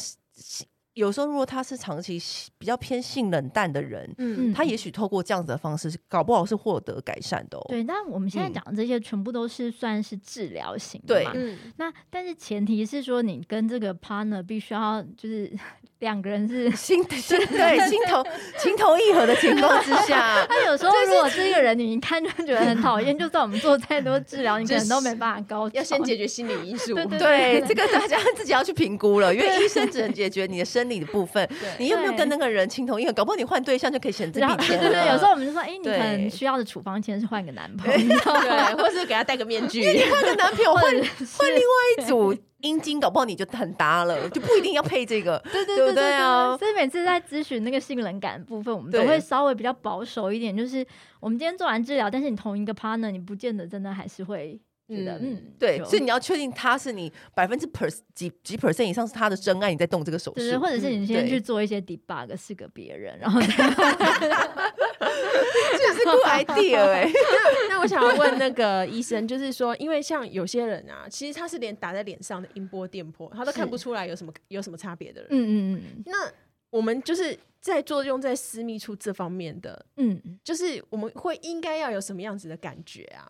Speaker 1: 有时候如果她是长期比较偏性冷淡的人，
Speaker 2: 嗯
Speaker 3: 嗯
Speaker 1: 她也许透过这样子的方式，搞不好是获得改善的哦。
Speaker 3: 对。但我们现在
Speaker 1: 嗯
Speaker 3: 讲的这些全部都是算是治疗型
Speaker 1: 对
Speaker 3: 的嘛。
Speaker 2: 嗯，
Speaker 3: 那但是前提是说，你跟这个 partner 必须要就是 两个人是，
Speaker 1: 心心对心头情投意合的情况之 下，
Speaker 3: 他有时候如果这个人你一看就觉得很讨厌，就算我们做再多治疗，你可
Speaker 2: 就
Speaker 3: 能都
Speaker 2: 是
Speaker 3: 没办法高潮。
Speaker 2: 要先解决心理因素。
Speaker 3: 对对
Speaker 1: 对这个大家自己要去评估了，因为医生只能解决你的生理的部分，
Speaker 2: 对
Speaker 1: 你有没有
Speaker 3: 对
Speaker 1: 跟那个人情投意合？搞不好你换对象就可以省这
Speaker 3: 然后
Speaker 1: 笔
Speaker 3: 对
Speaker 1: 钱
Speaker 3: 对对，
Speaker 1: 了
Speaker 3: 有时候我们就说，哎，你可
Speaker 1: 对
Speaker 3: 能需要的处方签是换个男朋友，
Speaker 2: 对， 或是给他戴个面具。
Speaker 1: 换个男朋友
Speaker 3: 或
Speaker 1: 换
Speaker 3: 者是
Speaker 1: 换另外一组阴茎，搞不好你就很搭了，就不一定要配这个。
Speaker 3: 对对
Speaker 1: 对不
Speaker 3: 对
Speaker 1: 对啊
Speaker 3: 所以每次在咨询那个性冷感的部分，我们都
Speaker 1: 对
Speaker 3: 会稍微比较保守一点，就是我们今天做完治疗，但是你同一个 partner，你不见得真的还是会觉得
Speaker 2: 嗯
Speaker 3: 嗯，
Speaker 1: 对，
Speaker 3: 就
Speaker 1: 所以你要确定他是你百分之 per 几几 percent 以上是他的真爱，你再动这个手
Speaker 3: 对对，
Speaker 1: 术
Speaker 3: 或。者
Speaker 2: 嗯
Speaker 3: 是你先
Speaker 1: 对
Speaker 3: 去做一些 debug，试给别人，然后 再
Speaker 1: 这是 good idea 哎，
Speaker 2: 那我想要问那个医生，就是说，因为像有些人啊，其实他是连打在脸上的音波、电波，他都
Speaker 3: 是
Speaker 2: 看不出来有什么有什么差别的人。
Speaker 3: 嗯嗯
Speaker 2: 那我们就是在做用在私密处这方面的，
Speaker 3: 嗯嗯，
Speaker 2: 就是我们会应该要有什么样子的感觉啊？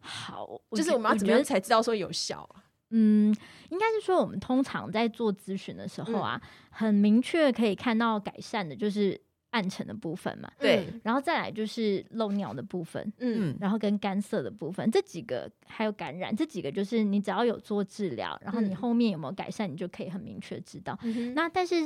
Speaker 3: 好，
Speaker 2: 就是
Speaker 3: 觉
Speaker 2: 我们要怎么
Speaker 3: 觉
Speaker 2: 样
Speaker 3: 得
Speaker 2: 才知道说有效啊？
Speaker 3: 嗯，应该是说我们
Speaker 2: 嗯
Speaker 3: 通常在做咨询的时候啊，很明确可以看到改善的，就是暗沉的部分嘛，
Speaker 1: 对
Speaker 2: 嗯
Speaker 3: 然后再来就是漏尿的部分，
Speaker 2: 嗯
Speaker 1: 嗯
Speaker 3: 然后跟干涩的部分，这几个还有感染，这几个就是你只要有做治疗，然后你
Speaker 2: 嗯
Speaker 3: 后面有没有改善，你就可以很明确知道。
Speaker 2: 嗯哼，
Speaker 3: 那但是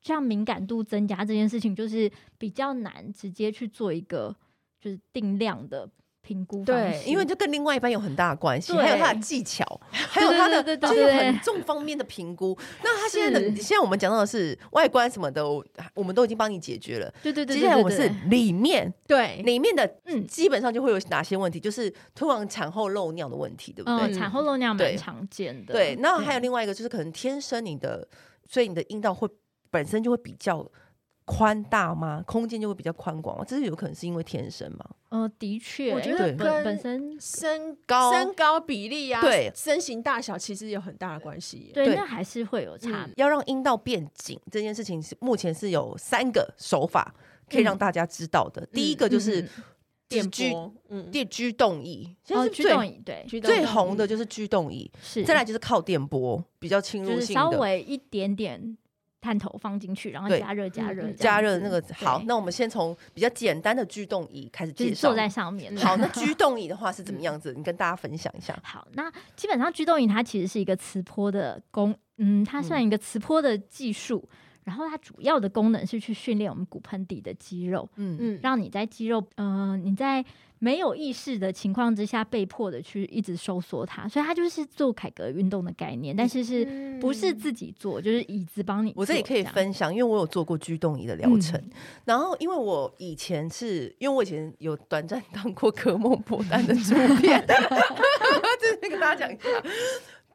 Speaker 3: 像敏感度增加这件事情，就是比较难直接去做一个就是定量的评估方
Speaker 2: 对
Speaker 3: 式
Speaker 1: 哎因为这跟另外一半有很大的关系，
Speaker 3: 对
Speaker 1: 还有他的技巧， 还有他的
Speaker 3: 对对
Speaker 1: 就
Speaker 3: 对对
Speaker 1: 是
Speaker 3: 对
Speaker 1: 很重方面的评估。那他现在的
Speaker 3: 是
Speaker 1: 现在我们讲到的是外观什么的，我我们都已经帮你解决了。
Speaker 3: 对 对对，
Speaker 1: 接
Speaker 3: 对
Speaker 1: 下来我们
Speaker 3: 对
Speaker 1: 是
Speaker 3: 对
Speaker 1: 里面
Speaker 2: 对，
Speaker 1: 里面的，
Speaker 3: 嗯
Speaker 1: 基本上就会有哪些问题？就是突然产后漏尿的问题，对不对？
Speaker 3: 嗯，产后漏尿
Speaker 1: 对
Speaker 3: 蛮常见的，嗯
Speaker 1: 对，那还有另外一个就是可能天生你的，所以你的阴道会本身就会比较宽大吗？空间就会比较宽广吗？这是有可能是因为天生吗？
Speaker 3: 呃，的确，
Speaker 2: 我觉
Speaker 3: 因
Speaker 1: 得
Speaker 3: 为
Speaker 2: 跟
Speaker 3: 本本身
Speaker 2: 身
Speaker 1: 高
Speaker 2: 身高比例啊，
Speaker 1: 对
Speaker 2: 身形大小其实有很大的关系耶。
Speaker 3: 对
Speaker 1: 对
Speaker 3: 那还是会有差
Speaker 2: 嗯
Speaker 1: 要让阴道变紧这件事情是目前是有三个手法可以让大家知道的。第一个就是
Speaker 3: 嗯
Speaker 2: 电
Speaker 1: 居
Speaker 2: 波，嗯，
Speaker 1: 电居动仪，现在
Speaker 3: 哦，
Speaker 1: 是
Speaker 3: 驱
Speaker 1: 最、
Speaker 3: 动椅对，
Speaker 2: 居动
Speaker 1: 最红的就是居动仪，
Speaker 3: 是
Speaker 1: 再来就是靠电波，比较侵
Speaker 3: 就
Speaker 1: 入
Speaker 3: 是
Speaker 1: 性
Speaker 3: 稍
Speaker 1: 的。
Speaker 3: 微一点点探头放进去，然后
Speaker 1: 对
Speaker 3: 加热加
Speaker 2: 嗯
Speaker 3: 热
Speaker 2: 嗯
Speaker 3: 这样
Speaker 1: 加热
Speaker 3: 子
Speaker 1: 那个好，
Speaker 3: 对
Speaker 1: 那我们先从比较简单的居动仪开始
Speaker 3: 就是
Speaker 1: 介绍
Speaker 3: 坐。在上面。
Speaker 1: 好， 那居动仪的话是怎么
Speaker 3: 嗯
Speaker 1: 样子？你跟大家分享一下。
Speaker 3: 好，那基本上居动椅它其实是一个磁波的功，嗯，它算一个磁波的技术，然后它主要的功能是去训练我们骨盆底的肌肉，
Speaker 1: 嗯
Speaker 2: 嗯，
Speaker 3: 让你在肌肉，呃，你在没有意识的情况之下，被迫的去一直收缩它，所以它就是做凯格运动的概念，但是是不是自己做，就是椅子帮你做。
Speaker 1: 嗯我这里可以
Speaker 3: 样嗯
Speaker 1: 分享，因为我有做过居动仪的疗程。然后，因为我以前是因为我以前有短暂 当过科梦破蛋的 主编， 这是跟大家讲一下。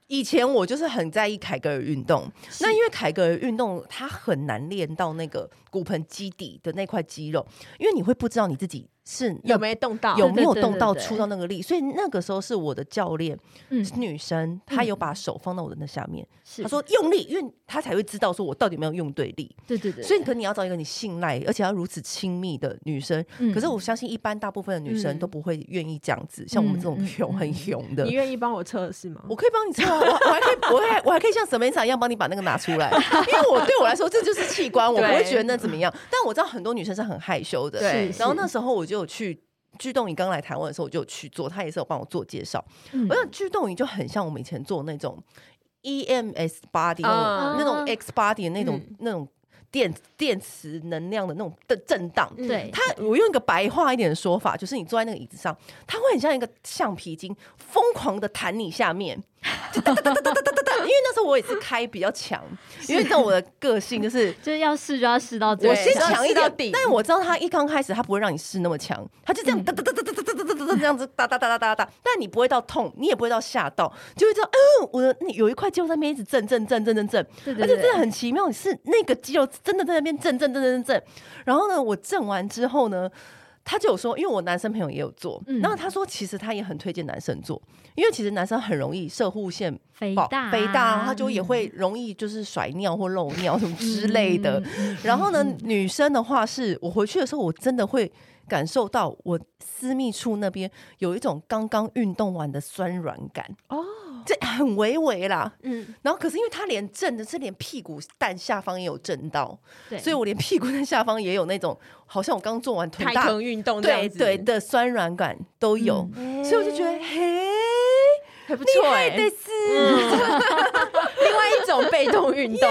Speaker 1: 以前我就是很在意凯格尔运动，那因为凯格尔运动它很难练到那个骨盆基底的那块肌肉，因为你会不知道你自己是
Speaker 2: 有没动到？
Speaker 1: 有没有
Speaker 3: 对对对
Speaker 1: 动到
Speaker 3: 对对
Speaker 1: 出到那个力，所以那个时候是我的教练
Speaker 3: 嗯
Speaker 1: 是女生，她有把手放到我的那下面，
Speaker 3: 是，
Speaker 1: 她说用力，因为她才会知道说我到底有没有用对力。
Speaker 3: 对对对，
Speaker 1: 所以，可你要找一个你信赖，而且要如此亲密的女生。
Speaker 3: 嗯
Speaker 1: 可是我相信，一般大部分的女生
Speaker 2: 嗯
Speaker 1: 都不会愿意这样子，像我们这种
Speaker 3: 嗯嗯
Speaker 1: 熊
Speaker 3: 嗯
Speaker 1: 很熊的
Speaker 2: 你。愿意帮我测试吗？
Speaker 1: 我可以帮你测啊，我我还可以，我还我还可以像 s a m a n t h a 一样帮你把那个拿出 来，因为我对我来说这就是器官，我不会
Speaker 2: 对
Speaker 1: 觉得那怎么样。但我知道很多女生是很害羞的，
Speaker 2: 对
Speaker 1: 然后那
Speaker 3: 是
Speaker 1: 时候我就有去巨动，你刚来台湾的时候我就有去做，她也是有帮我做介绍。
Speaker 3: 嗯
Speaker 1: 我想巨动仪就很像我们以前做那种 EMS body
Speaker 2: 啊
Speaker 1: 那种、那种 X body 的那种、
Speaker 2: 嗯
Speaker 1: 那种电电磁能量的那种的震荡。
Speaker 2: 嗯
Speaker 3: 对
Speaker 1: 它，我用一个白话一点的说法，就是你坐在那个椅子上，它会很像一个橡皮筋，疯狂的弹你下面，就哒哒哒哒哒哒哒哒。因为那时候我也是开比较强，因为但我的个性就是
Speaker 3: 就是要试就要试到最
Speaker 1: 我
Speaker 3: 后，
Speaker 1: 先
Speaker 2: 想
Speaker 1: 强一
Speaker 2: 试到
Speaker 1: 点，
Speaker 2: 底
Speaker 1: 但我知道他一刚开始他不会让你试那么强，他就这
Speaker 3: 嗯
Speaker 1: 样哒哒哒哒哒哒哒哒哒哒这样子哒哒哒哒哒哒，但你不会到痛，你也不会到吓到，就会知道，嗯，我的那有一块肌肉在那边一直震震震震震震，
Speaker 3: 对对
Speaker 1: 而且
Speaker 3: 对，
Speaker 1: 真的很奇妙，是那个肌肉真的在那边震震震震震震，然后呢，我震完之后呢。他就有说，因为我男生朋友也有做，
Speaker 3: 嗯
Speaker 1: 然后他说其实他也很推荐男生做，因为其实男生很容易射护腺
Speaker 3: 肥
Speaker 1: 爆
Speaker 3: 大
Speaker 1: 肥大啊，
Speaker 3: 啊
Speaker 1: 他就也
Speaker 3: 嗯
Speaker 1: 会容易就是甩尿或漏尿什么之类的。
Speaker 3: 嗯，嗯嗯
Speaker 1: 然后呢，女生的话是我回去的时候，我真的会感受到我私密处那边有一种刚刚运动完的酸软感，
Speaker 2: 哦，
Speaker 1: 这很微微啦。
Speaker 2: 嗯，
Speaker 1: 然后可是因为它连震的是连屁股蛋下方也有震到，
Speaker 3: 对，
Speaker 1: 所以我连屁股蛋下方也有那种好像我刚做完臀
Speaker 2: 泰
Speaker 1: 大
Speaker 2: 腾运动这
Speaker 1: 对
Speaker 2: 样子，
Speaker 1: 对的酸软感都有，
Speaker 2: 哎，
Speaker 1: 所以我就觉得嘿，
Speaker 2: 还不
Speaker 1: 厉
Speaker 2: 错
Speaker 1: 害
Speaker 2: 哎，
Speaker 1: 的是。
Speaker 2: 另外一种被动运 动，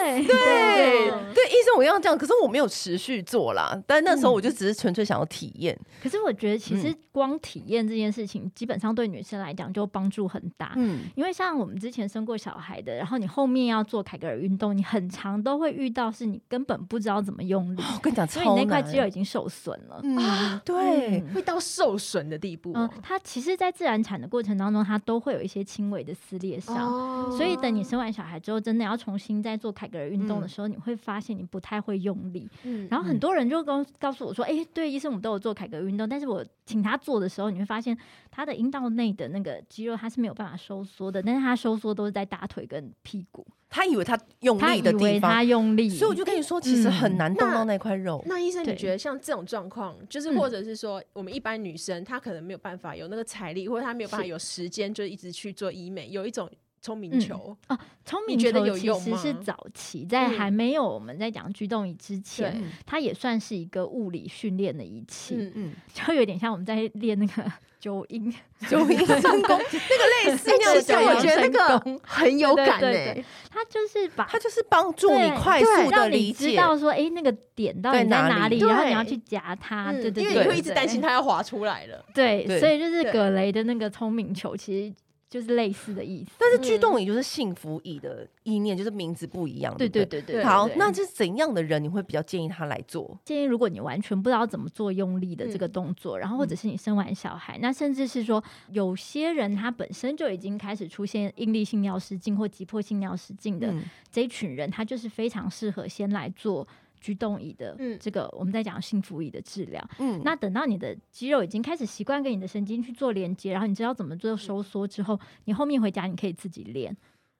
Speaker 3: 对
Speaker 1: 对
Speaker 3: 对
Speaker 1: 对，医生我要这样，可是我没有持续做啦。但那
Speaker 2: 嗯
Speaker 1: 时候我就只是纯粹想要体验，
Speaker 3: 可是我觉得，其
Speaker 1: 嗯
Speaker 3: 实光体验这件事情，基本上对女生来讲就帮助很大。
Speaker 1: 嗯，
Speaker 3: 因为像我们之前生过小孩的，然后你后面要做凯格尔运动，你很常都会遇到是你根本不知道怎么用力，
Speaker 1: 哦我跟你讲，
Speaker 3: 所以你
Speaker 1: 超
Speaker 3: 那块
Speaker 1: 难
Speaker 3: 肌肉已经受损了。
Speaker 1: 嗯，对，
Speaker 3: 嗯
Speaker 2: 会到受损的地步
Speaker 3: 嗯
Speaker 2: 哦，
Speaker 3: 它其实，在自然产的过程当中，它都会有一些轻微的撕裂伤。
Speaker 2: 哦
Speaker 3: 所以，等你生完小孩之后，真的要重新再做凯格尔运动的时候，你会发现你不太会用力。
Speaker 2: 嗯
Speaker 3: 然后很多人就跟告诉我说：“哎、对，医生，我们都有做凯格运动，但是我请他做的时候，你会发现他的阴道内的那个肌肉它是没有办法收缩的，但是它收缩都是在大腿跟屁股，
Speaker 1: 他以为他用
Speaker 3: 他
Speaker 1: 力
Speaker 3: 以
Speaker 1: 的
Speaker 3: 为
Speaker 1: 地方，
Speaker 3: 他嗯用力，
Speaker 1: 所以我就跟你说，其实很难动到
Speaker 2: 那
Speaker 1: 那块肉。
Speaker 2: 那医生，你
Speaker 3: 对
Speaker 2: 觉得像这种状况，就是
Speaker 3: 嗯
Speaker 2: 或者是说，我们一般女生她可能没有办法有那个财力，或者她没有办法
Speaker 3: 是嗯
Speaker 2: 有时间，就一直去做医美，有一种聪明球，
Speaker 3: 聪
Speaker 2: 你
Speaker 3: 明
Speaker 2: 觉得有
Speaker 3: 球其
Speaker 2: 用
Speaker 3: 实是
Speaker 2: 吗
Speaker 3: 早期在
Speaker 2: 嗯
Speaker 3: 还没有我们在讲居动仪之前，
Speaker 2: 对嗯
Speaker 3: 它也算是一个物理训练的仪器，
Speaker 2: 嗯
Speaker 1: 嗯，
Speaker 3: 就有点像我们在练那个 九音。
Speaker 1: 九阴真 功那个类似
Speaker 2: 嗯哎
Speaker 1: 那样
Speaker 2: 其实
Speaker 1: 的
Speaker 2: 我
Speaker 1: 感
Speaker 2: 觉
Speaker 1: 觉，
Speaker 2: 得那个很有
Speaker 3: 对
Speaker 2: 感欸嗯
Speaker 3: 对
Speaker 2: 诶、
Speaker 3: 对它就是把
Speaker 1: 它就是帮助你
Speaker 3: 对
Speaker 1: 快速的
Speaker 3: 让
Speaker 1: 理
Speaker 3: 你
Speaker 1: 解
Speaker 3: 知。道说，哎，那个点到底
Speaker 1: 在
Speaker 3: 在
Speaker 1: 哪
Speaker 3: 哪
Speaker 1: 里
Speaker 3: 里，然后
Speaker 2: 对
Speaker 3: 你要去夹它。
Speaker 2: 嗯
Speaker 3: 啊对对
Speaker 2: 因
Speaker 3: 对，
Speaker 2: 为你会
Speaker 3: 对
Speaker 2: 一直担心它要滑出来了。
Speaker 3: 对，
Speaker 1: 对
Speaker 3: 所以就是
Speaker 2: 对
Speaker 3: 葛雷的那个聪明球，其实就是类似的意思。
Speaker 1: 但是居动椅就是幸福椅的意念，就是名字不一样。
Speaker 3: 对
Speaker 1: 对
Speaker 3: 对
Speaker 1: 不
Speaker 3: 对对，对
Speaker 1: 好，
Speaker 3: 对嗯
Speaker 1: 那就是怎样的人你会比较建议他来做？
Speaker 3: 建议，如果你完全不知道怎么做用力的这个
Speaker 2: 嗯
Speaker 3: 动作，然后或者是你生完小孩，那甚至是说有些人他本身就已经开始出现应力性尿失禁或急迫性尿失禁的、
Speaker 1: 嗯，
Speaker 3: 这一群人，他就是非常适合先来做居动椅的
Speaker 2: 嗯
Speaker 3: 这个、我们在讲幸福椅的治疗。
Speaker 1: 嗯
Speaker 3: 那等到你的肌肉已经开始习惯跟你的神经去做连接，然后你知道怎么
Speaker 1: 嗯
Speaker 3: 做收缩之后，你后面回家你可以自己练。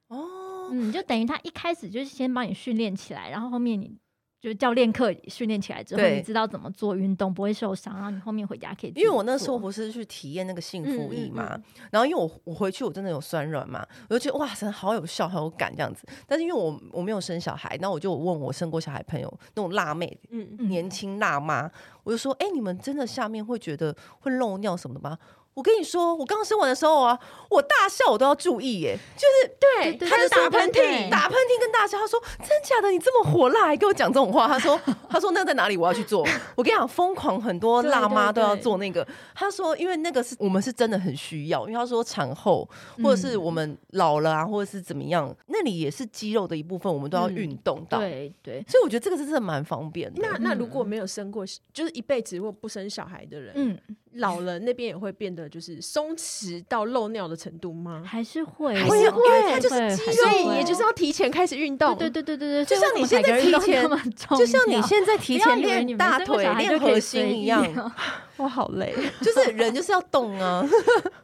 Speaker 1: 哦，
Speaker 3: 嗯，就等于他一开始就是先帮你训练起来，然后后面你就教练课训练起来之后，
Speaker 1: 对
Speaker 3: 你知道怎么做运动不会受伤，然后你后面回家可以自己做。
Speaker 1: 因为我那时候不是去体验那个幸福
Speaker 2: 嗯
Speaker 1: 椅
Speaker 2: 嗯
Speaker 1: 嘛，然后因为我我回去我真的有酸软嘛，我就觉得哇，真的好有效，好有感这样子。但是因为我我没有生小孩，那我就问我生过小孩朋友那种辣妹，
Speaker 2: 嗯，
Speaker 3: 嗯
Speaker 1: 年轻辣妈，我就说，哎、你们真的下面会觉得会漏尿什么的吗？我跟你说，我刚生完的时候啊，我大笑我都要注意耶，就是
Speaker 2: 对
Speaker 3: 对
Speaker 2: 它
Speaker 1: 他
Speaker 2: 就
Speaker 1: 就
Speaker 2: 打
Speaker 1: 说
Speaker 2: 喷嚏
Speaker 3: 对，
Speaker 1: 打喷嚏跟大笑。他说：“真假的，你这么火辣，还跟我讲这种话？”他说：“ 他说那在哪里？我要去做。” 我跟你讲，疯狂很多
Speaker 2: 对
Speaker 1: 辣妈
Speaker 2: 对
Speaker 1: 都要
Speaker 2: 对
Speaker 1: 做那个。他说，因为那个是我们是真的很需要，因为他说产后或者是我们老了啊，或者是怎么样，那里也是肌肉的一部分，我们都要
Speaker 3: 嗯
Speaker 1: 运动到。
Speaker 3: 对对，
Speaker 1: 所以我觉得这个是真的蛮方便的。
Speaker 2: 那那如果没有生过，就是一辈子或不生小孩的人，
Speaker 3: 嗯，
Speaker 2: 老了那边也会变得就是松弛到漏尿的程度吗？
Speaker 3: 还是会哦，
Speaker 1: 还
Speaker 2: 是会
Speaker 3: 因为
Speaker 1: 它就是肌
Speaker 2: 所
Speaker 1: 肉
Speaker 2: 以也就是要提前开是运动，
Speaker 3: 对对对对对，
Speaker 1: 就
Speaker 3: 所以
Speaker 1: 像
Speaker 3: 为
Speaker 1: 你
Speaker 3: 什么
Speaker 1: 现在
Speaker 3: 每个人运动
Speaker 1: 提前
Speaker 3: 那么重
Speaker 1: 就像你
Speaker 3: 要，
Speaker 1: 现在提前练大腿、练核心一样，
Speaker 2: 我好 累。
Speaker 1: 就是人就是要动啊。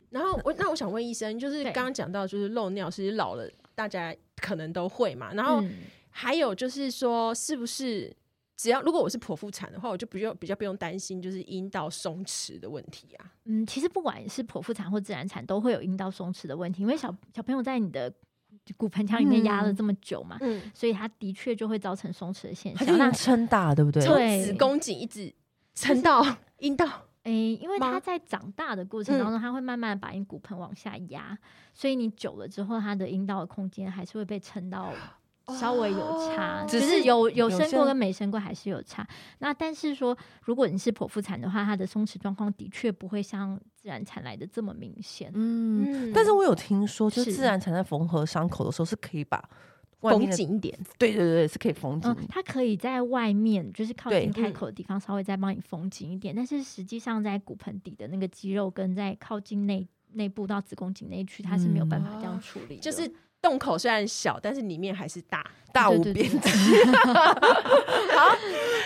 Speaker 2: 然后我那我想问医生，就是
Speaker 3: 对
Speaker 2: 刚刚讲到就是漏尿，其实老了大家可能都会嘛。然
Speaker 3: 然后
Speaker 2: 后还有就是说，是不是只要如果我是剖腹产的话，我就不用比较不用担心就是阴道松弛的问题啊？
Speaker 3: 嗯，其实不管是剖腹产或自然产，都会有阴道松弛的问题，因为小小朋友在你的骨盆腔里面压了这么久嘛，
Speaker 2: 嗯，
Speaker 3: 所以它的确就会造成松弛的现
Speaker 1: 他就
Speaker 3: 象。
Speaker 1: 已
Speaker 3: 那
Speaker 1: 经撑大，对不对？
Speaker 3: 对
Speaker 2: 子宫颈一直撑到阴道，
Speaker 3: 诶，因为
Speaker 2: 吗
Speaker 3: 它在长大的过程当中，它会慢慢把你骨盆往下压，所以你久了之后，它的阴道的空间还是会被撑到。稍微有差，
Speaker 2: 哦
Speaker 3: 只
Speaker 1: 只
Speaker 3: 是
Speaker 1: 是
Speaker 3: 有
Speaker 1: 有
Speaker 3: 有生
Speaker 1: 些
Speaker 3: 过跟没生过还是有差。那但是说，如果你是剖腹产的话，它的松弛状况的确不会像自然产来的这么明显。
Speaker 1: 嗯。
Speaker 2: 嗯
Speaker 1: 但是我有听说，就是
Speaker 3: 是
Speaker 1: 自然产在缝合伤口的时候是可以把外面
Speaker 2: 绷
Speaker 1: 的，
Speaker 2: 紧一点，
Speaker 1: 对对对，是可以缝紧
Speaker 3: 嗯
Speaker 1: 的。，
Speaker 3: 它可以在外面，就是靠近
Speaker 2: 对
Speaker 3: 开口的地方稍微再帮你缝紧一点，但是实际上在骨盆底的那个肌肉跟在靠近内内部到子宫颈那一区，它是没有办法这样处理的、
Speaker 2: 就是洞口虽然小，但是里面还是大。
Speaker 1: 大
Speaker 3: 对
Speaker 1: 无
Speaker 3: 对
Speaker 1: 边
Speaker 3: 对
Speaker 1: 际。 好，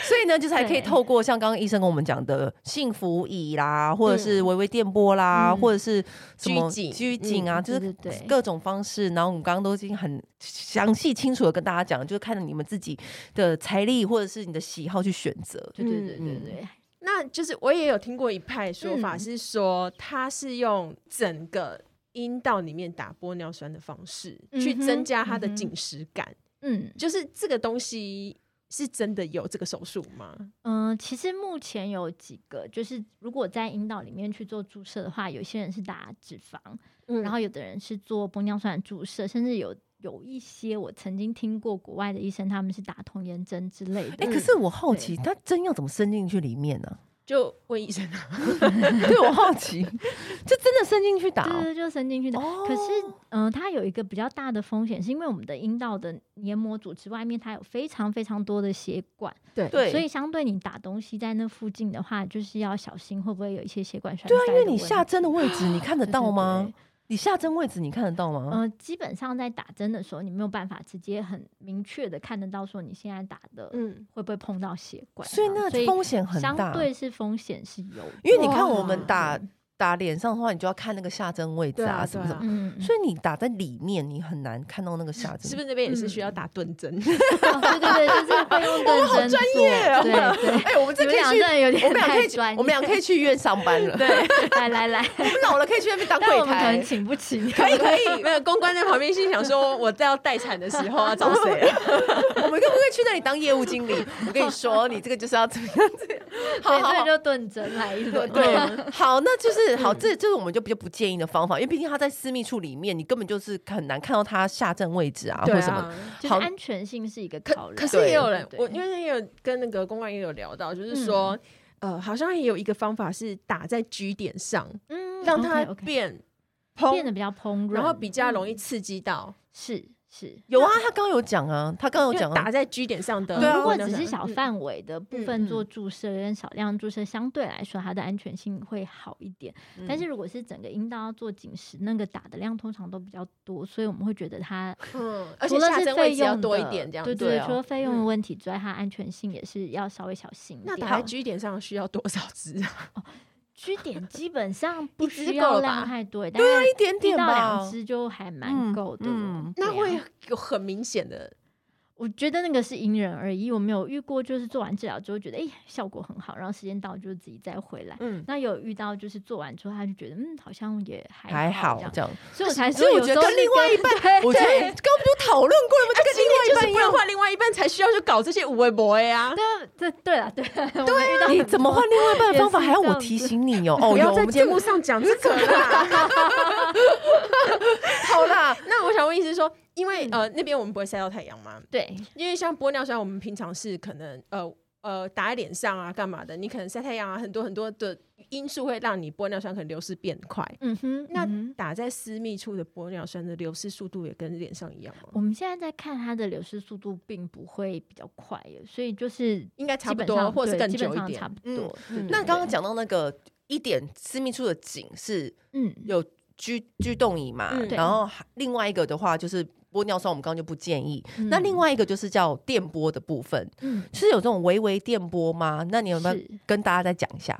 Speaker 1: 所以呢，就是还可以
Speaker 3: 对
Speaker 1: 透过像刚刚医生跟我们讲的幸福椅啦，或者是微微电波啦，
Speaker 3: 嗯
Speaker 1: 或者是什么
Speaker 2: 拘谨
Speaker 1: 拘谨啊，
Speaker 3: 嗯
Speaker 1: 就是
Speaker 3: 对对对
Speaker 1: 各种方式。然后我们刚刚都已经很详细清楚的跟大家讲，就是看你们自己的财力或者是你的喜好去选择。
Speaker 3: 对对对对
Speaker 1: 嗯
Speaker 3: 对，
Speaker 2: 那就是我也有听过一派说法
Speaker 3: 嗯
Speaker 2: 是说，它是用整个阴道里面打玻尿酸的方式、去
Speaker 3: 嗯哼
Speaker 2: 增加它的
Speaker 3: 嗯哼
Speaker 2: 紧实感，
Speaker 3: 嗯
Speaker 2: 就是这个东西是真的有这个手术吗？
Speaker 3: 嗯、呃其实目前有几个，就是如果在阴道里面去做注射的话，有些人是打脂肪，
Speaker 2: 嗯
Speaker 3: 然后有的人是做玻尿酸的注射，甚至有。有一些我曾经听过国外的医生，他们是打童颜针之类的。
Speaker 1: 哎、可
Speaker 3: 嗯
Speaker 1: 是我好奇，它针要怎么伸进去里面呢、
Speaker 2: 就问医生啊，
Speaker 1: 对我好 奇，就真的伸进去打
Speaker 3: 对
Speaker 1: 哦、
Speaker 3: 对，就伸进去的。
Speaker 1: 哦
Speaker 3: 可是，嗯、它有一个比较大的风险，是因为我们的阴道的黏膜组织外面它有非常非常多的血管，
Speaker 2: 对
Speaker 1: 对，
Speaker 3: 所以相对你打东西在那附近的话，就是要小心会不会有一些血管栓塞
Speaker 1: 对
Speaker 3: 的
Speaker 1: 啊
Speaker 3: 问，题。
Speaker 1: 因为你下针的位置你看得
Speaker 3: 对
Speaker 1: 到吗？？
Speaker 3: 对对
Speaker 1: 你下针位置你看得到吗？
Speaker 3: 呃，基本上在打针的时候，你没有办法直接很明确的看得到说你现在打的
Speaker 2: 嗯，
Speaker 3: 会不会碰到血管啊，
Speaker 1: 所以那
Speaker 3: 所以
Speaker 1: 风险很
Speaker 3: 相
Speaker 1: 大。
Speaker 3: 对是风险是有的，
Speaker 1: 因为你看
Speaker 2: 哇
Speaker 1: 我们打打脸上的话，你就要看那个下针位置
Speaker 2: 对啊
Speaker 1: 啊，什么
Speaker 2: 对
Speaker 1: 什
Speaker 2: 啊
Speaker 1: 么。
Speaker 3: 嗯，
Speaker 1: 所以你打在里面，你很难看到那个下针。
Speaker 2: 是不是那边也是需
Speaker 3: 嗯
Speaker 2: 要打盾针？
Speaker 3: 哦对对对，就是 会用认真做，
Speaker 2: 啊
Speaker 1: 哦
Speaker 3: 对对。
Speaker 1: 哎、我们这
Speaker 3: 你
Speaker 1: 可
Speaker 3: 们俩
Speaker 1: 以
Speaker 3: 真
Speaker 1: 去，
Speaker 3: 的有
Speaker 1: 我
Speaker 3: 点
Speaker 1: 们俩可
Speaker 3: 太
Speaker 1: 以去，
Speaker 3: 专业，
Speaker 1: 我们俩 可以去医院上班了。对，
Speaker 3: 来来来，
Speaker 1: 我们老了可以去那边当
Speaker 3: 但
Speaker 1: 柜
Speaker 3: 我 们可能
Speaker 1: 台。
Speaker 3: 请不 起你。
Speaker 2: 可以可 以，没有公关在旁边心想说，我 在要待产的时候要找谁啊？
Speaker 1: 我们可不可以去那里当业务经理？我跟你说，你这个就是要怎么样怎么样。好
Speaker 3: 对，
Speaker 1: 好
Speaker 3: 所以
Speaker 1: 好。
Speaker 3: 就顿针来一轮。
Speaker 1: 对， 好，那就是好，这这是我们就比较不建议的方法，因为毕竟他在私密处里面，你根本就是很难看到他下站位置啊，或者什么。，
Speaker 3: 就是
Speaker 1: 好
Speaker 3: 安全性是一个考
Speaker 2: 啊可可
Speaker 3: 量。
Speaker 2: 是也有人，
Speaker 3: 对
Speaker 2: 我因为也有跟那个公关也有聊到，就是说，呃，好像也有一个方法是打在 G 点上，
Speaker 3: 嗯
Speaker 2: 让它
Speaker 3: OK，OK
Speaker 2: 变
Speaker 3: 变
Speaker 2: 蓬，
Speaker 3: 得比较蓬润，
Speaker 2: 然后比较容
Speaker 3: 易
Speaker 2: 易刺激到，
Speaker 3: 是是。
Speaker 1: 有啊，他刚刚有讲啊，他
Speaker 3: 嗯
Speaker 1: 刚刚
Speaker 2: 因
Speaker 1: 有
Speaker 2: 为
Speaker 1: 讲啊
Speaker 2: 打在 G 点上的
Speaker 1: 对啊
Speaker 3: 如
Speaker 2: 能
Speaker 3: 果
Speaker 2: 量
Speaker 3: 只
Speaker 2: 上，
Speaker 3: 是小
Speaker 2: 嗯，
Speaker 3: 范围的部
Speaker 2: 嗯
Speaker 3: 分
Speaker 2: 嗯
Speaker 3: 做注射跟少量注射，相对来说它的安全性会好一点。
Speaker 1: 嗯
Speaker 3: 但是如果是整个阴道要做紧实，那个打的量通常都比较多，所以我们会觉得它
Speaker 2: 嗯，而
Speaker 3: 除
Speaker 2: 且
Speaker 3: 了
Speaker 2: 下
Speaker 3: 是
Speaker 2: 针
Speaker 3: 费
Speaker 2: 位置要
Speaker 3: 用
Speaker 2: 多一
Speaker 3: 的
Speaker 2: 点，这样
Speaker 3: 对
Speaker 2: 子。
Speaker 3: 对
Speaker 1: 对
Speaker 3: 对，
Speaker 1: 啊
Speaker 3: 除了费用的
Speaker 2: 嗯
Speaker 3: 问题之外，它安全性也是要稍微小心一
Speaker 2: 那
Speaker 3: 点。
Speaker 2: 打在 G 点上需要多少支啊？
Speaker 3: 居点基本上不
Speaker 2: 只
Speaker 3: 需
Speaker 2: 够了
Speaker 3: 要量
Speaker 2: 吧
Speaker 3: 太多，对啊，
Speaker 1: 一点
Speaker 3: 一
Speaker 1: 点
Speaker 3: 到
Speaker 1: 吧
Speaker 3: 两。只就还蛮
Speaker 1: 嗯
Speaker 3: 够的了。
Speaker 1: 嗯
Speaker 3: 对
Speaker 2: 那
Speaker 3: 啊
Speaker 2: 会有很明显的
Speaker 3: 我觉得那个是因人而异，我没有遇过，就是做完治疗之后觉得哎、诶效果很好，然后时间到就自己再回来。
Speaker 1: 嗯，
Speaker 3: 那有遇到就是做完之后他就觉得嗯好像也还
Speaker 1: 还
Speaker 3: 好
Speaker 1: 好
Speaker 3: 这样，
Speaker 1: 这样。
Speaker 3: 所以我才
Speaker 1: 所
Speaker 3: 说
Speaker 1: 以我
Speaker 3: 有
Speaker 1: 觉
Speaker 3: 时
Speaker 1: 得
Speaker 3: 候
Speaker 1: 跟另外一半，我觉得刚刚不就讨论过了吗？就跟另外一
Speaker 2: 就是
Speaker 1: 半一
Speaker 2: 不能
Speaker 1: 样。
Speaker 2: 换另外一半才需要去搞这些无为博呀。
Speaker 3: 对对了对啦，我们遇到
Speaker 1: 你
Speaker 3: 很
Speaker 1: 怎么
Speaker 3: 多
Speaker 1: 换另外一半的方法？
Speaker 3: 也
Speaker 1: 还
Speaker 3: 是
Speaker 1: 要
Speaker 3: 这
Speaker 1: 我
Speaker 3: 样
Speaker 1: 提
Speaker 3: 子
Speaker 1: 醒你哦。哦，
Speaker 2: 不
Speaker 1: 有
Speaker 2: 要
Speaker 1: 我
Speaker 2: 在
Speaker 1: 们
Speaker 2: 节
Speaker 1: 节
Speaker 2: 目
Speaker 1: 目
Speaker 2: 上讲这个啦。
Speaker 1: 好啦，
Speaker 2: 那我想问，意思是说，因为呃那边我们不会晒到太阳吗？
Speaker 3: 对
Speaker 2: 因为像玻尿酸，我们平常是可能呃呃打在脸上啊，干嘛的？你可能晒太阳啊，很多很多的因素会让你玻尿酸可能流失变快。
Speaker 3: 嗯哼
Speaker 2: 那
Speaker 3: 嗯哼
Speaker 2: 打在私密处的玻尿酸的流失速度也跟脸上一样吗？
Speaker 3: 我们现在在看它的流失速度并不会比较快耶，所以就是
Speaker 2: 应该差
Speaker 3: 基
Speaker 2: 不
Speaker 3: 本
Speaker 2: 多，
Speaker 3: 上
Speaker 2: 或者是
Speaker 3: 对
Speaker 2: 更
Speaker 3: 基本
Speaker 2: 久一
Speaker 3: 上
Speaker 2: 点
Speaker 3: 差。不
Speaker 1: 嗯
Speaker 3: 多。
Speaker 2: 嗯
Speaker 3: 对
Speaker 1: 那刚刚讲到那个一点私密处的紧是
Speaker 3: 嗯
Speaker 1: 有居居动椅嘛，
Speaker 2: 嗯
Speaker 3: 对
Speaker 1: 然后还另外一个的话就是玻尿酸，我们刚刚就不建议。
Speaker 3: 嗯
Speaker 1: 那另外一个就是叫电波的部分，
Speaker 3: 嗯
Speaker 1: 是有这种微微电波吗？那你有没有
Speaker 3: 是
Speaker 1: 跟大家再讲一下？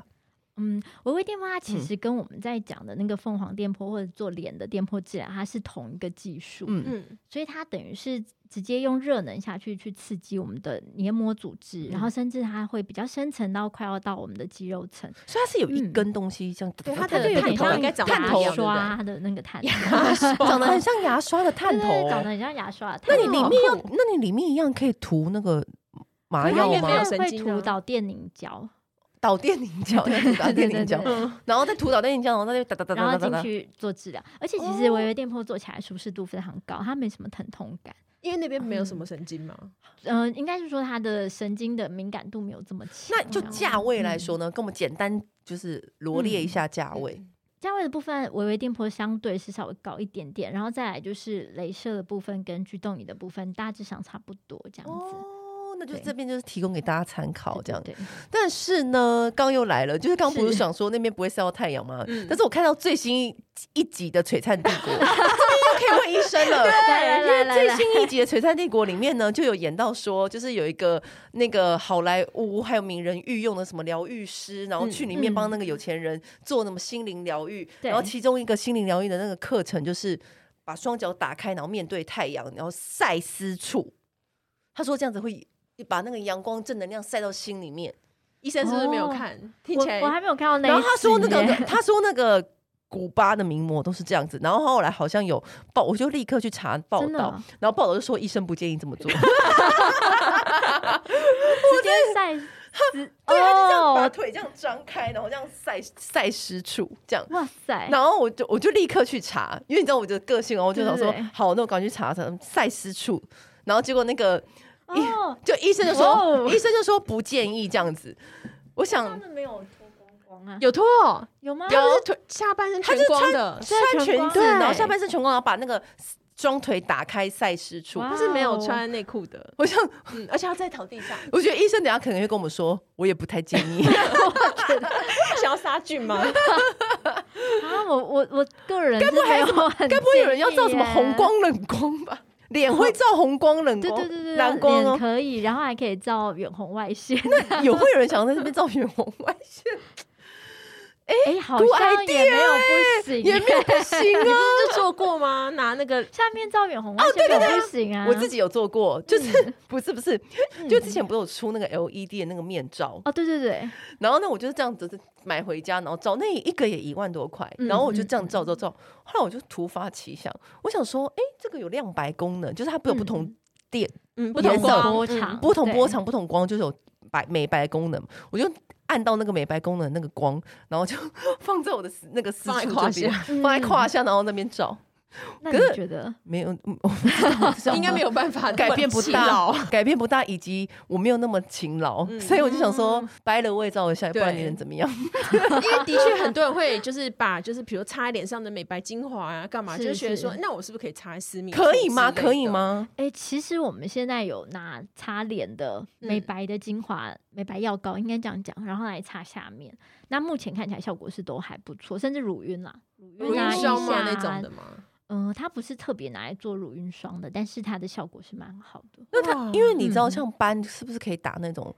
Speaker 3: 嗯，微微电波它其
Speaker 1: 嗯
Speaker 3: 实跟我们在讲的那个凤凰电波或者做脸的电波治疗，它是同一个技术，
Speaker 1: 嗯
Speaker 2: 嗯，
Speaker 3: 所以它等于是直接用热能下去去刺激我们的黏膜组织，
Speaker 1: 嗯
Speaker 3: 然后甚至它会比较深层到快要到我们的肌肉层，
Speaker 1: 所以它是有一
Speaker 3: 嗯
Speaker 1: 根东西这样，
Speaker 2: 对它
Speaker 3: 它
Speaker 2: 的
Speaker 3: 就有
Speaker 2: 探
Speaker 3: 点
Speaker 2: 头
Speaker 3: 像
Speaker 2: 应该长得
Speaker 3: 牙
Speaker 1: 头
Speaker 2: 一样
Speaker 3: 刷的那个探头，
Speaker 1: 长得很像牙刷的探
Speaker 3: 对对
Speaker 1: 头欸
Speaker 3: 对，长得很哦像牙刷的
Speaker 1: 那
Speaker 3: 探头。
Speaker 1: 你里面要，那你里面一样可以涂那个麻
Speaker 2: 可以啊
Speaker 1: 药
Speaker 2: 因为没有
Speaker 1: 吗？
Speaker 2: 神
Speaker 3: 会
Speaker 2: 经啊
Speaker 3: 涂导电凝胶，
Speaker 1: 导电凝胶，要涂导电凝胶
Speaker 2: 嗯
Speaker 3: 对对对，对
Speaker 1: 然后再涂导电凝胶，然后再哒哒哒
Speaker 3: 然
Speaker 1: 哒
Speaker 3: 后
Speaker 1: 哒
Speaker 3: 进
Speaker 1: 哒哦哒。
Speaker 3: 去做治疗，而且其实微微电波做起来舒适度非常高，它没什么疼痛感。
Speaker 2: 因为那边没有什么神经嘛。
Speaker 3: 嗯、应该是说它的神经的敏感度没有这么强。
Speaker 1: 那就
Speaker 3: 这样
Speaker 1: 价位来说呢，跟我们简单就是罗列一下
Speaker 2: 啊
Speaker 1: 价位。
Speaker 3: 价位的部分，微微电波相对是稍微高一点点，然后再来就是镭射的部分跟驱动仪的部分大致上差不多这样子。
Speaker 1: 哦，那就
Speaker 3: 对
Speaker 1: 这边就是提供给大家参考这样。
Speaker 3: 对，
Speaker 1: 但是呢，刚又来了，就是刚不是
Speaker 3: 是
Speaker 1: 想说那边不会晒到太阳吗
Speaker 2: 嗯？
Speaker 1: 但是我看到最新一一集的《璀璨帝国》， 这边又可以问医生了。
Speaker 3: 来
Speaker 1: 因
Speaker 3: 来
Speaker 1: 为
Speaker 3: 来
Speaker 1: 最
Speaker 3: 来
Speaker 1: 新一集的《璀璨帝国》里面呢，就有演到说，就是有一个那个好莱坞还有名人御用的什么疗愈师，
Speaker 3: 嗯
Speaker 1: 然后去里面帮那个有钱人做那么心灵疗愈，
Speaker 3: 对
Speaker 1: 然后其中一个心灵疗愈的那个课程就是把双脚打开，然后面对太阳，然后晒私处。他说这样子会把那个阳光正能量晒到心里面。
Speaker 2: 医生是不是没有看？听起来
Speaker 3: 哦我我还没有看到那一
Speaker 1: 然
Speaker 3: 次
Speaker 1: 后
Speaker 3: 耶。
Speaker 1: 他说那个，他说那个。古巴的名模都是这样子，然后后来好像有报，我就立刻去查报
Speaker 3: 真的
Speaker 1: 道
Speaker 3: 哦，
Speaker 1: 然后报道就说医生不建议这 么做。
Speaker 3: 直接 晒死，
Speaker 1: 对，他就这样把
Speaker 3: 哦，
Speaker 1: 腿这样张开，然后这样晒晒湿处这样。
Speaker 3: 哇塞，
Speaker 1: 然后我就我就立刻去查，因为你知道我的个性哦，我就想说
Speaker 3: 对对对
Speaker 1: 好，那我赶快去查查晒湿处。然后结果那个
Speaker 3: 哦，
Speaker 1: 就医生就
Speaker 3: 哇
Speaker 1: 说，
Speaker 3: 哦
Speaker 1: 医生就说不建议这样子。我
Speaker 3: 他
Speaker 1: 想
Speaker 3: 们没有脱光光啊？
Speaker 2: 有脱哦、
Speaker 3: 有吗？
Speaker 2: 他们是腿下半身全光的，
Speaker 1: 穿
Speaker 3: 全
Speaker 1: 裙
Speaker 3: 光
Speaker 1: 子，
Speaker 3: 对
Speaker 1: 然后下半身全光，然后把那个双腿打开晒湿处。
Speaker 3: 哇
Speaker 2: 他是没
Speaker 1: 哦
Speaker 2: 有穿内裤的，
Speaker 1: 我想，
Speaker 2: 嗯，而且他在草地上，
Speaker 1: 我觉得医生等一下可能会跟我们说，我也不太建议。
Speaker 2: 想要杀菌 吗？
Speaker 3: 啊，我我我个人该
Speaker 1: 不会还有什么
Speaker 3: 很
Speaker 1: 该不会有人要
Speaker 3: 建议
Speaker 1: 照什么
Speaker 3: 耶
Speaker 1: 红？光冷光吧？脸会照红光冷
Speaker 3: 对
Speaker 1: 光，
Speaker 3: 对对对，
Speaker 1: 蓝光
Speaker 3: 脸
Speaker 1: 哦。
Speaker 3: 可以，然后还 可以照远红外线。
Speaker 1: 有会有人想在这边照远红外线？
Speaker 3: 哎、好
Speaker 1: good
Speaker 3: 像也没有不行、
Speaker 1: 也没有不行
Speaker 2: 你
Speaker 1: 啊。
Speaker 2: 不是做 过吗？拿那个
Speaker 3: 下面照远
Speaker 1: 哦
Speaker 3: 红外线没有不行啊，
Speaker 1: 我自
Speaker 3: 己
Speaker 1: 己有做过，就是不是不是，就之前不是有出那个 LED 的那个面罩，
Speaker 3: 哦，对对对，
Speaker 1: 然后呢，我就是这样子买回家，然后照那一个也一万多块，
Speaker 3: 嗯
Speaker 1: 然后我就这样照照照，后来我就突发奇想，我想说，哎，这个有亮白功能，就是它不有不同电、
Speaker 2: 嗯不
Speaker 1: 颜
Speaker 2: 同
Speaker 1: 色
Speaker 2: 光
Speaker 3: 波长
Speaker 1: 不同
Speaker 3: 对
Speaker 1: 波长、不同光，就是有白美白功能，我就。按到那个美白功能那个光，然后就 放在我的私那个私
Speaker 2: 放在
Speaker 1: 处
Speaker 2: 胯
Speaker 1: 这边，
Speaker 3: 嗯
Speaker 1: 放在胯下，然后那边照，
Speaker 3: 那
Speaker 1: 可
Speaker 3: 你
Speaker 1: 是
Speaker 3: 觉得？
Speaker 1: 没有，嗯 我不知道这样
Speaker 2: 应该
Speaker 1: 吗
Speaker 2: 没有办法
Speaker 1: 改变不
Speaker 2: 勤
Speaker 1: 大
Speaker 2: 劳，
Speaker 1: 改变不大，以及我没有那么勤劳，
Speaker 2: 嗯
Speaker 1: 所以我就想说，掰了我也照一下，不然你
Speaker 2: 对
Speaker 1: 能怎么样？
Speaker 2: 因为的确很多人会就是把就是比如擦在脸上的美白精华啊，干嘛，
Speaker 3: 是
Speaker 2: 就是觉得说
Speaker 3: 是，
Speaker 2: 那我是不是可以擦在私密？
Speaker 1: 可以吗？可以？吗？
Speaker 3: 哎、其实我们现在有拿擦脸的美
Speaker 2: 嗯
Speaker 3: 白的精华、美白药膏，应该这样讲，然后来擦下面。那目前看起来效果是都还不错，甚至乳晕啦，
Speaker 2: 乳
Speaker 3: 拿
Speaker 2: 晕
Speaker 3: 一
Speaker 2: 霜嘛
Speaker 3: 下
Speaker 2: 那种的嘛。
Speaker 3: 嗯、它不是特别拿来做乳晕霜的，但是它的效果是蛮好的。
Speaker 2: 那它
Speaker 1: 因为你知道，
Speaker 3: 嗯
Speaker 1: 像斑是不是可以打那种，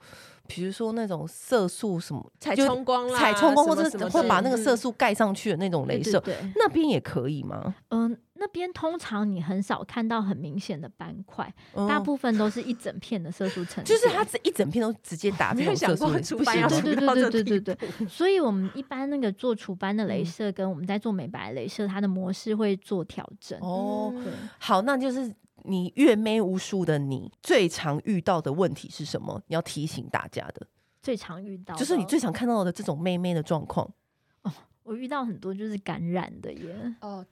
Speaker 1: 比如说那种色素什么
Speaker 2: 彩
Speaker 1: 就
Speaker 2: 冲光啦，
Speaker 1: 彩冲光，
Speaker 2: 什
Speaker 1: 或
Speaker 2: 么
Speaker 1: 者是
Speaker 2: 什么
Speaker 1: 会
Speaker 2: 之
Speaker 1: 把
Speaker 2: 类
Speaker 1: 那个
Speaker 2: 的嗯
Speaker 1: 色素盖上去的那种
Speaker 3: 对
Speaker 1: 镭
Speaker 3: 对
Speaker 1: 射，
Speaker 3: 对，
Speaker 1: 那边也可以吗？
Speaker 3: 嗯、那边通常你很少看到很明显的斑块，大
Speaker 1: 嗯
Speaker 3: 部分都是一整片的色素沉淀。
Speaker 1: 就是它这一整片都直接 打这
Speaker 2: 没有
Speaker 1: 种
Speaker 2: 想
Speaker 1: 色素
Speaker 2: 过
Speaker 1: 的，
Speaker 2: 出
Speaker 1: 不
Speaker 2: 版
Speaker 1: 行
Speaker 2: 要
Speaker 1: 吗
Speaker 3: 对
Speaker 2: 出
Speaker 3: 对
Speaker 2: 到
Speaker 3: 对
Speaker 2: 这
Speaker 3: 对对
Speaker 2: 地
Speaker 3: 对对，所以我们一般那个做除斑的
Speaker 1: 嗯
Speaker 3: 镭射跟我们在做美白的镭射，它的模式会做调整。
Speaker 1: 哦，
Speaker 2: 嗯
Speaker 3: 对，
Speaker 1: 好，那就是你阅妹无数的你最常遇到的问题是什么？你要提醒大家的，
Speaker 3: 最常遇到
Speaker 1: 就是你
Speaker 3: 的
Speaker 1: 最常看到的这种妹妹的状况。
Speaker 3: 我遇到很多就是感染的耶。
Speaker 2: 哦，
Speaker 1: 哦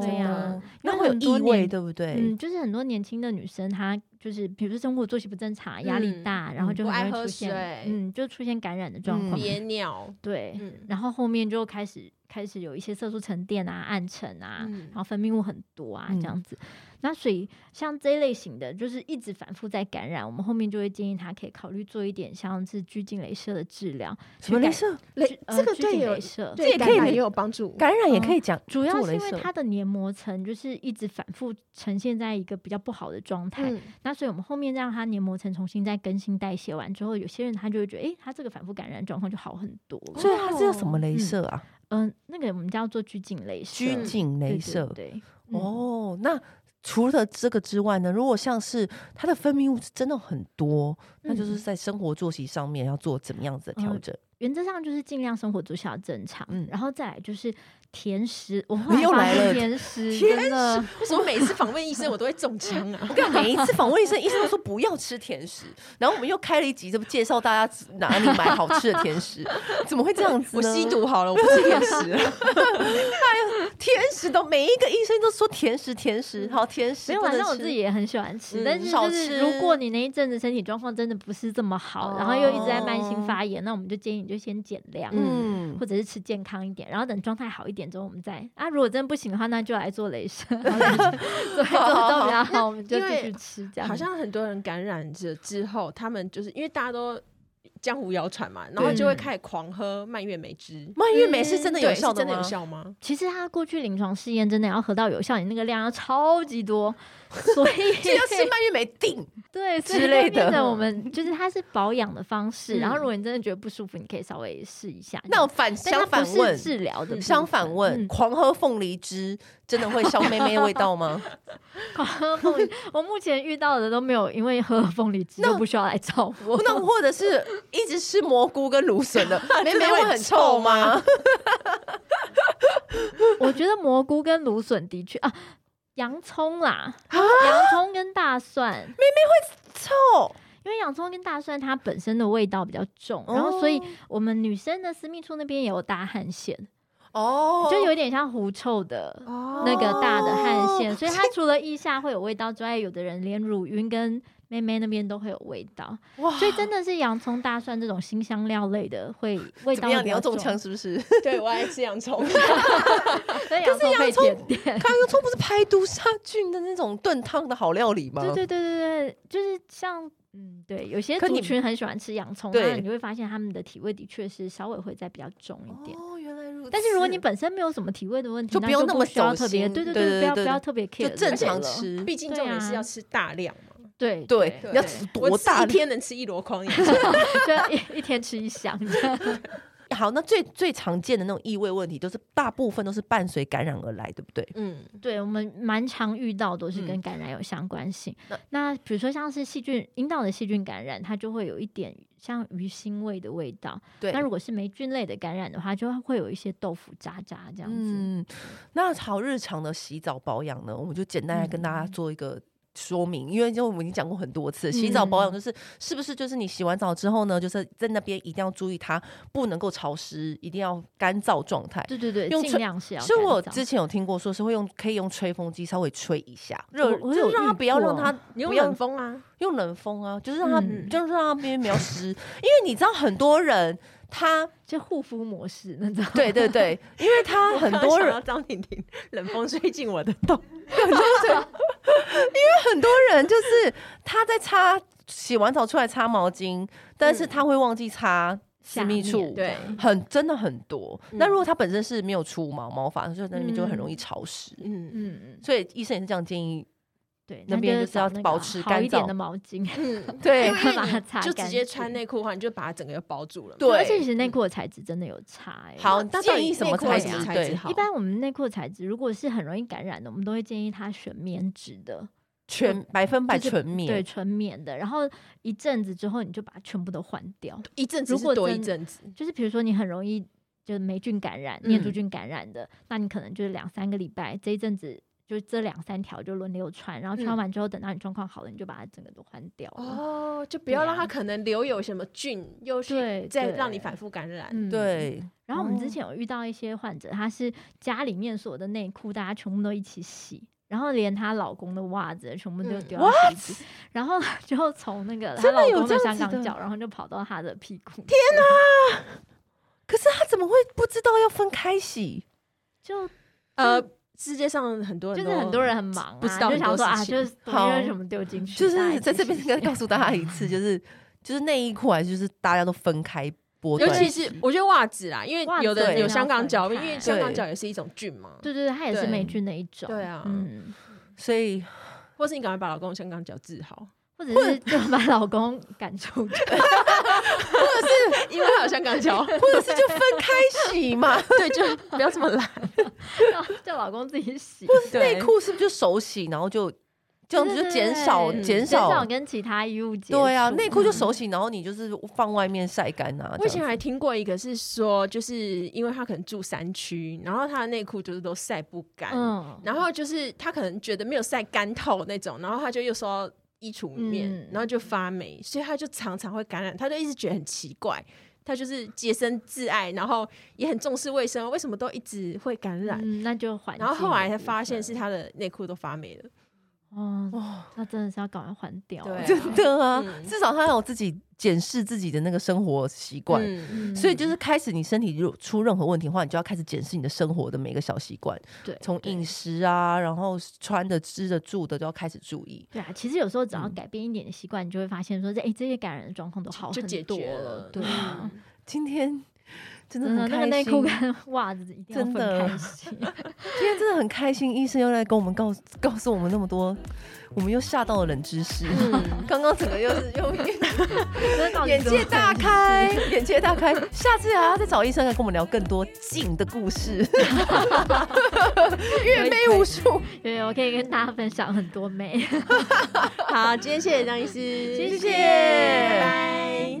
Speaker 3: 对
Speaker 2: 对
Speaker 3: 呀
Speaker 2: 呀，
Speaker 1: 那
Speaker 3: 那
Speaker 1: 会有
Speaker 3: 很多
Speaker 1: 异味，
Speaker 3: 年
Speaker 1: 对不对？
Speaker 3: 嗯，就是很多年轻的女生，她就是比如说生活作息不正常、压力
Speaker 2: 嗯
Speaker 3: 大，然后
Speaker 1: 嗯
Speaker 3: 就
Speaker 2: 不
Speaker 3: 很
Speaker 2: 爱
Speaker 3: 容易
Speaker 2: 喝
Speaker 3: 出现
Speaker 2: 水，
Speaker 3: 嗯，就出现感染的状
Speaker 1: 嗯
Speaker 3: 况。
Speaker 2: 憋尿，
Speaker 3: 对，
Speaker 2: 嗯
Speaker 3: 然后后面就开始开始有一些色素沉淀啊、暗沉啊，
Speaker 2: 嗯
Speaker 3: 然后分泌物很多啊，
Speaker 1: 嗯
Speaker 3: 这样子。那所以像这一类型的，就是一直反复在感染，我们后面就会建议她可以考虑做一点像是拘谨镭射的治疗，
Speaker 1: 什么镭
Speaker 3: 去改
Speaker 1: 射
Speaker 2: 雷
Speaker 3: 呃
Speaker 2: 这个
Speaker 3: 拘
Speaker 2: 对
Speaker 3: 谨
Speaker 2: 有
Speaker 3: 镭射，
Speaker 1: 这也可以
Speaker 2: 感染
Speaker 1: 理
Speaker 2: 也有帮助，
Speaker 1: 感染也可以讲，
Speaker 3: 嗯主要
Speaker 1: 做
Speaker 3: 是因
Speaker 1: 镭
Speaker 3: 为
Speaker 1: 射
Speaker 3: 它的黏膜层就是一直反复呈现在一个比较不好的状态，
Speaker 2: 嗯
Speaker 3: 那所以我们后面让它黏膜层重新再更新代谢完之后，有些人他就会觉得，诶，他这个反复感染状况就好很多了。
Speaker 1: 所以它是要什么镭
Speaker 3: 嗯
Speaker 1: 射啊？
Speaker 3: 嗯、那个我们叫做拘谨镭
Speaker 1: 拘
Speaker 3: 射，
Speaker 1: 谨
Speaker 3: 对
Speaker 1: 镭
Speaker 3: 对
Speaker 1: 射。
Speaker 3: 对。嗯，
Speaker 1: 哦，那除了这个之外呢？如果像是它的分泌物是真的很多，那就是
Speaker 3: 嗯
Speaker 1: 在生活作息上面要做怎么样子的调
Speaker 3: 嗯
Speaker 1: 整？
Speaker 3: 原则上就是尽量生活作息要正常，
Speaker 1: 嗯
Speaker 3: 然后再来就是甜食。我后 来
Speaker 1: 又
Speaker 3: 发
Speaker 1: 来
Speaker 3: 现
Speaker 1: 了
Speaker 3: 甜食，
Speaker 1: 甜
Speaker 3: 真的
Speaker 2: 为什么每次访问医生我都会中枪啊？
Speaker 1: 我跟你讲每一次访问医生，医生都说不要吃甜食，然后我们又开了一集，这不介绍大家哪里买好吃的甜食？怎么会这样子
Speaker 2: 我
Speaker 1: 呢？
Speaker 2: 吸毒好了，我不吃甜食了。
Speaker 1: 甜食都每一个医生都说甜食甜食，好甜食
Speaker 3: 嗯没有
Speaker 1: 不
Speaker 3: 啦，
Speaker 1: 能
Speaker 3: 像我
Speaker 1: 吃
Speaker 3: 自己也很喜欢吃，但
Speaker 2: 嗯
Speaker 3: 是
Speaker 1: 少
Speaker 3: 就是
Speaker 1: 吃
Speaker 3: 如果你那一阵子身体状况真的不是这么好，然后又一直在慢性发炎，那我们就建议你就先减量。
Speaker 1: 哦 嗯
Speaker 3: 或者是吃健康一点，然后等状态好一点之后，我们再啊，如果真的不行的话，那就来做镭射，对，做 到比较好，我们就
Speaker 2: 因
Speaker 3: 继
Speaker 2: 为
Speaker 3: 续吃这样。
Speaker 2: 好像很多人感染着之后，他们就是因为大家都江湖谣传嘛，然后就会开始狂喝蔓越莓汁。嗯
Speaker 1: 蔓越莓
Speaker 3: 嗯
Speaker 1: 是真的有
Speaker 2: 对
Speaker 1: 效
Speaker 2: 是
Speaker 1: 的
Speaker 2: 真的
Speaker 1: 吗
Speaker 2: 有？效吗？
Speaker 3: 其实它过去临床试验真的要喝到有效，你那个量要超级多，所以
Speaker 1: 就要吃蔓越莓定
Speaker 3: 对
Speaker 1: 之类的哦
Speaker 3: 的，我们就是它是保养的方式。
Speaker 2: 嗯
Speaker 3: 然后如果你真的觉得不舒服，你可以稍微试一下。
Speaker 1: 那我反
Speaker 3: 但它
Speaker 1: 相
Speaker 3: 不
Speaker 1: 反
Speaker 3: 是
Speaker 1: 问，
Speaker 3: 治疗的部分，
Speaker 1: 相反问，
Speaker 3: 嗯
Speaker 1: 狂喝凤梨汁真的会消妹妹味道吗？
Speaker 3: 狂喝凤梨，我目前遇到的都没有，因为喝了凤梨汁
Speaker 1: 那
Speaker 3: 就不需要来找 我。
Speaker 1: 那或者是一直吃蘑菇跟芦笋 的妹妹
Speaker 2: 真的
Speaker 1: 会
Speaker 2: 会
Speaker 1: 很
Speaker 2: 很
Speaker 1: 臭
Speaker 2: 臭
Speaker 1: 吗？
Speaker 3: 我觉得蘑菇跟芦笋的确啊，洋葱啦，
Speaker 1: 啊
Speaker 3: 洋葱跟大蒜，
Speaker 1: 臭，
Speaker 3: 因为洋葱跟大蒜它本身的味道比较
Speaker 1: 哦
Speaker 3: 重，然后所以我们女生的私密处那边也有大汗腺，
Speaker 1: 哦，
Speaker 3: 就有点像狐臭的。
Speaker 2: 哦
Speaker 3: 那个大的汗腺，所以它除了腋下会有味道之外，有的人连乳晕跟妹妹那边都会有味道，
Speaker 1: 哇
Speaker 3: 所以真的是洋葱、大蒜这种新香料类的会味
Speaker 1: 怎么
Speaker 3: 道会
Speaker 1: 样？
Speaker 3: 比
Speaker 1: 你要
Speaker 3: 较
Speaker 1: 中
Speaker 3: 重，
Speaker 1: 枪是不是？
Speaker 2: 对我爱吃洋 葱，
Speaker 3: 所以洋葱被点点。
Speaker 1: 康洋葱不是排毒杀菌的那种炖汤的好料理吗？
Speaker 3: 对对对对对，就是像嗯，对，有些
Speaker 1: 可你
Speaker 3: 族群很喜欢吃洋葱，啊
Speaker 1: 对
Speaker 3: 那你会发现他们的体味的确是稍微会再比较重一点。
Speaker 1: 哦，原来如此。
Speaker 3: 但是如果你本身没有什么体味的问题，
Speaker 1: 就
Speaker 3: 那
Speaker 1: 不用那么
Speaker 3: 需要
Speaker 1: 走
Speaker 3: 特别，
Speaker 1: 心
Speaker 3: 对
Speaker 1: 对对
Speaker 3: 对，不要不
Speaker 1: 对
Speaker 3: 要特别
Speaker 1: 就
Speaker 3: care，
Speaker 1: 正
Speaker 3: 这个
Speaker 1: 常
Speaker 3: 了，
Speaker 1: 吃，
Speaker 2: 毕竟
Speaker 3: 对
Speaker 2: 重点是
Speaker 3: 啊
Speaker 2: 要吃大量嘛。
Speaker 3: 对
Speaker 1: 对，你要
Speaker 2: 对
Speaker 1: 吃
Speaker 2: 我
Speaker 1: 多
Speaker 2: 吃
Speaker 1: 大
Speaker 2: 一
Speaker 1: 力？
Speaker 2: 天能吃一箩筐洋葱，
Speaker 3: 就一一天吃一箱。
Speaker 1: 好，那最最常见的那种异味问题，都是大部分都是伴随感染而来，对不对？
Speaker 2: 嗯，
Speaker 3: 对我们蛮常遇到都是
Speaker 1: 嗯
Speaker 3: 跟感染有相关性。
Speaker 1: 那
Speaker 3: 那比如说像是细菌阴道的细菌感染，它就会有一点像鱼腥味的味道。
Speaker 1: 对
Speaker 3: 那如果是霉菌类的感染的话，就会有一些豆腐渣渣这样子。
Speaker 1: 嗯，那好，日常的洗澡保养呢，我们就简单来跟大家
Speaker 3: 嗯
Speaker 1: 做一个。说明，因为就我们已经讲过很多次，洗澡保养
Speaker 3: 嗯
Speaker 1: 就是、是不是就是你洗完澡之后呢，就是在那边一定要注意它不能够潮湿，一定要干燥状态。
Speaker 3: 对对对，
Speaker 1: 用
Speaker 3: 尽
Speaker 1: 吹
Speaker 3: 量是要干
Speaker 1: 是
Speaker 3: 燥。
Speaker 1: 我之前有听过，说是会用可以用吹风机稍微吹一下，热，
Speaker 3: 我
Speaker 1: 就
Speaker 3: 有
Speaker 1: 是让
Speaker 3: 遇
Speaker 1: 它不要让
Speaker 3: 过
Speaker 1: 它
Speaker 2: 你用
Speaker 1: 不要
Speaker 2: 冷风啊，
Speaker 1: 用冷风啊，就是让它、
Speaker 3: 嗯
Speaker 1: 就是让它边边比较湿，因为你知道很多人 他
Speaker 3: 就护肤模 式那种。
Speaker 1: 对对对，因为 他 很多人
Speaker 2: 要张婷婷冷风吹进我的洞，
Speaker 1: 很多人就是他在擦洗完澡出来擦毛巾，但是他会忘记擦私密
Speaker 3: 下
Speaker 1: 处，
Speaker 3: 面
Speaker 2: 对，
Speaker 1: 很真的很多。
Speaker 2: 嗯
Speaker 1: 那如果他本身是没有除毛毛发，就在那边就会很容易潮湿。
Speaker 2: 嗯
Speaker 3: 嗯嗯，
Speaker 1: 所以医生也是这样建议，
Speaker 3: 对，
Speaker 1: 那边
Speaker 3: 就
Speaker 1: 就是要
Speaker 3: 找那
Speaker 1: 保
Speaker 3: 个
Speaker 1: 持
Speaker 3: 好
Speaker 1: 干
Speaker 3: 一点
Speaker 1: 燥
Speaker 3: 的毛巾。
Speaker 2: 嗯，
Speaker 1: 对
Speaker 2: 因为
Speaker 3: 把它擦
Speaker 2: 你就直
Speaker 3: 干
Speaker 2: 接
Speaker 3: 净
Speaker 2: 穿内裤的话，你就把它整个又包住了嘛。
Speaker 1: 对
Speaker 3: 而且其实内裤的材质真的有差、欸。
Speaker 1: 好
Speaker 2: 那到底
Speaker 1: 建议什么
Speaker 2: 内裤有
Speaker 1: 材
Speaker 2: 什么
Speaker 1: 质？
Speaker 2: 材质
Speaker 1: 对，
Speaker 2: 好
Speaker 3: 一般我们内裤的材质如果是很容易感染的，我们都会建议他选棉质的，
Speaker 1: 全百分百
Speaker 3: 就是
Speaker 1: 纯棉，
Speaker 3: 对，纯棉的。然后一阵子之后，你就把它全部都换掉。
Speaker 2: 一阵子
Speaker 3: 如
Speaker 2: 是
Speaker 3: 果
Speaker 2: 多一
Speaker 3: 真哦
Speaker 2: 阵子，
Speaker 3: 就是比如说你很容易就是霉菌感染、
Speaker 2: 嗯
Speaker 3: 念珠菌感染的，那你可能就是两三个礼拜这一阵子。就这两三条就轮流穿，然后穿
Speaker 2: 嗯
Speaker 3: 完之后，等到你状况好了，你就把它整个都换掉了。
Speaker 2: 哦，就不
Speaker 3: 对
Speaker 2: 要让
Speaker 3: 啊
Speaker 2: 它可能留有什么菌，又去
Speaker 3: 对
Speaker 2: 再
Speaker 3: 对
Speaker 2: 让你反复感染。
Speaker 3: 嗯，
Speaker 1: 对，
Speaker 3: 然后我们之
Speaker 1: 哦
Speaker 3: 前有遇到一些患者，她是家里面所有的内裤，大家全部都一起洗，然后连她老公的袜子全部都
Speaker 2: 嗯
Speaker 3: 丢到洗衣机，然后 就从那个她
Speaker 1: 真的
Speaker 3: 老
Speaker 1: 有
Speaker 3: 公
Speaker 1: 这
Speaker 3: 的
Speaker 1: 样
Speaker 3: 香
Speaker 1: 子
Speaker 3: 港
Speaker 1: 的
Speaker 3: 脚，然后就跑到她的屁股。天
Speaker 1: 可是他怎么会不知道要分开洗？
Speaker 3: 就
Speaker 2: 呃，世界上很多人
Speaker 3: 嗯就是很
Speaker 2: 都
Speaker 3: 多人很忙、啊，
Speaker 2: 不知道
Speaker 3: 就
Speaker 2: 很
Speaker 3: 想
Speaker 2: 多
Speaker 3: 说
Speaker 2: 事
Speaker 3: 啊，
Speaker 2: 情
Speaker 3: 就是同
Speaker 1: 好
Speaker 3: 一个什么丢进去，
Speaker 1: 就
Speaker 3: 大家一
Speaker 1: 是在
Speaker 3: 起
Speaker 1: 这边
Speaker 3: 洗
Speaker 1: 应该告诉大家一次，就是就是内衣裤还是就是大家都分开剥
Speaker 2: 尤
Speaker 1: 断
Speaker 2: 其是我觉得袜子啦，因为
Speaker 3: 袜
Speaker 2: 有
Speaker 1: 子
Speaker 2: 的
Speaker 1: 对
Speaker 2: 有香港脚，
Speaker 3: 对
Speaker 2: 因为香港脚也是一种菌嘛，
Speaker 3: 对对对，它也是
Speaker 2: 对
Speaker 3: 霉菌的一种。
Speaker 2: 对啊
Speaker 3: 嗯，
Speaker 1: 所以
Speaker 2: 或是你赶快把老公的香港脚治好，
Speaker 3: 或者是就把老公赶出去。
Speaker 2: 因为他有香港 脚，
Speaker 1: 或者是就分开洗嘛，
Speaker 2: 对，就不要这么懒。
Speaker 3: 然后叫老公自己洗，
Speaker 2: 对
Speaker 1: 内裤是不是就手洗，然后就这样子就减少
Speaker 3: 对对对
Speaker 1: 减
Speaker 3: 减
Speaker 1: 少
Speaker 3: 少。跟其他衣物接触。
Speaker 1: 对啊，内裤就
Speaker 3: 嗯
Speaker 1: 手洗，然后你就是放外面晒干啊。
Speaker 2: 我以
Speaker 1: 这
Speaker 2: 前
Speaker 1: 样子
Speaker 2: 还听过一个是说，就是因为他可能住山区，然后他的内裤就是都晒不干，
Speaker 3: 嗯，
Speaker 2: 然后就是他可能觉得没有晒干透那种，然后他就又收到衣橱里面，
Speaker 3: 嗯
Speaker 2: 然后就发霉，所以他就常常会感染，他就一直觉得很奇怪。他就是洁身自爱，然后也很重视卫生，为什么都一直会感染？
Speaker 3: 嗯，那就换。
Speaker 2: 然后后来才发现是，他的内裤都发霉了，
Speaker 3: 哦，
Speaker 1: 哦，
Speaker 3: 那真的是要赶快换掉
Speaker 2: 对
Speaker 3: 了。
Speaker 2: 啊
Speaker 1: 真的啊，
Speaker 2: 嗯
Speaker 1: 至少他有自己检视自己的那个生活习惯。
Speaker 2: 嗯，
Speaker 3: 嗯
Speaker 1: 所以就是开始，你身体如果出任何问题的话，你就要开始检视你的生活的每个小习惯，
Speaker 3: 对，
Speaker 1: 从
Speaker 3: 对
Speaker 1: 饮食啊，然后穿的、吃的、住的都要开始注意。
Speaker 3: 对啊，其实有时候只要
Speaker 1: 嗯
Speaker 3: 改变一点的习惯，你就会发现说，哎，这些感染的状况都好
Speaker 2: 就解
Speaker 3: 哦很多
Speaker 2: 决了。
Speaker 3: 对啊，
Speaker 2: 嗯
Speaker 1: 今天真的
Speaker 3: 真的
Speaker 1: 很
Speaker 3: 嗯
Speaker 1: 开心，
Speaker 3: 那个内裤跟 袜子一定要
Speaker 1: 真
Speaker 3: 分
Speaker 1: 的
Speaker 3: 开洗。
Speaker 1: 今天真的很开心，医生又来跟我们告告诉我们那么多，我们又吓到了冷知识。 刚刚整个又是又
Speaker 3: 真的到底
Speaker 1: 眼
Speaker 3: 怎么
Speaker 1: 界大
Speaker 3: 回事
Speaker 1: 开， 眼界大开。下次还要再找医生来跟我们聊更多近的故 事，阅妹无数。
Speaker 3: 对，我可以跟大家分享很多美。
Speaker 2: 好，今天谢谢张医师，
Speaker 3: 谢
Speaker 1: 谢
Speaker 2: 拜拜。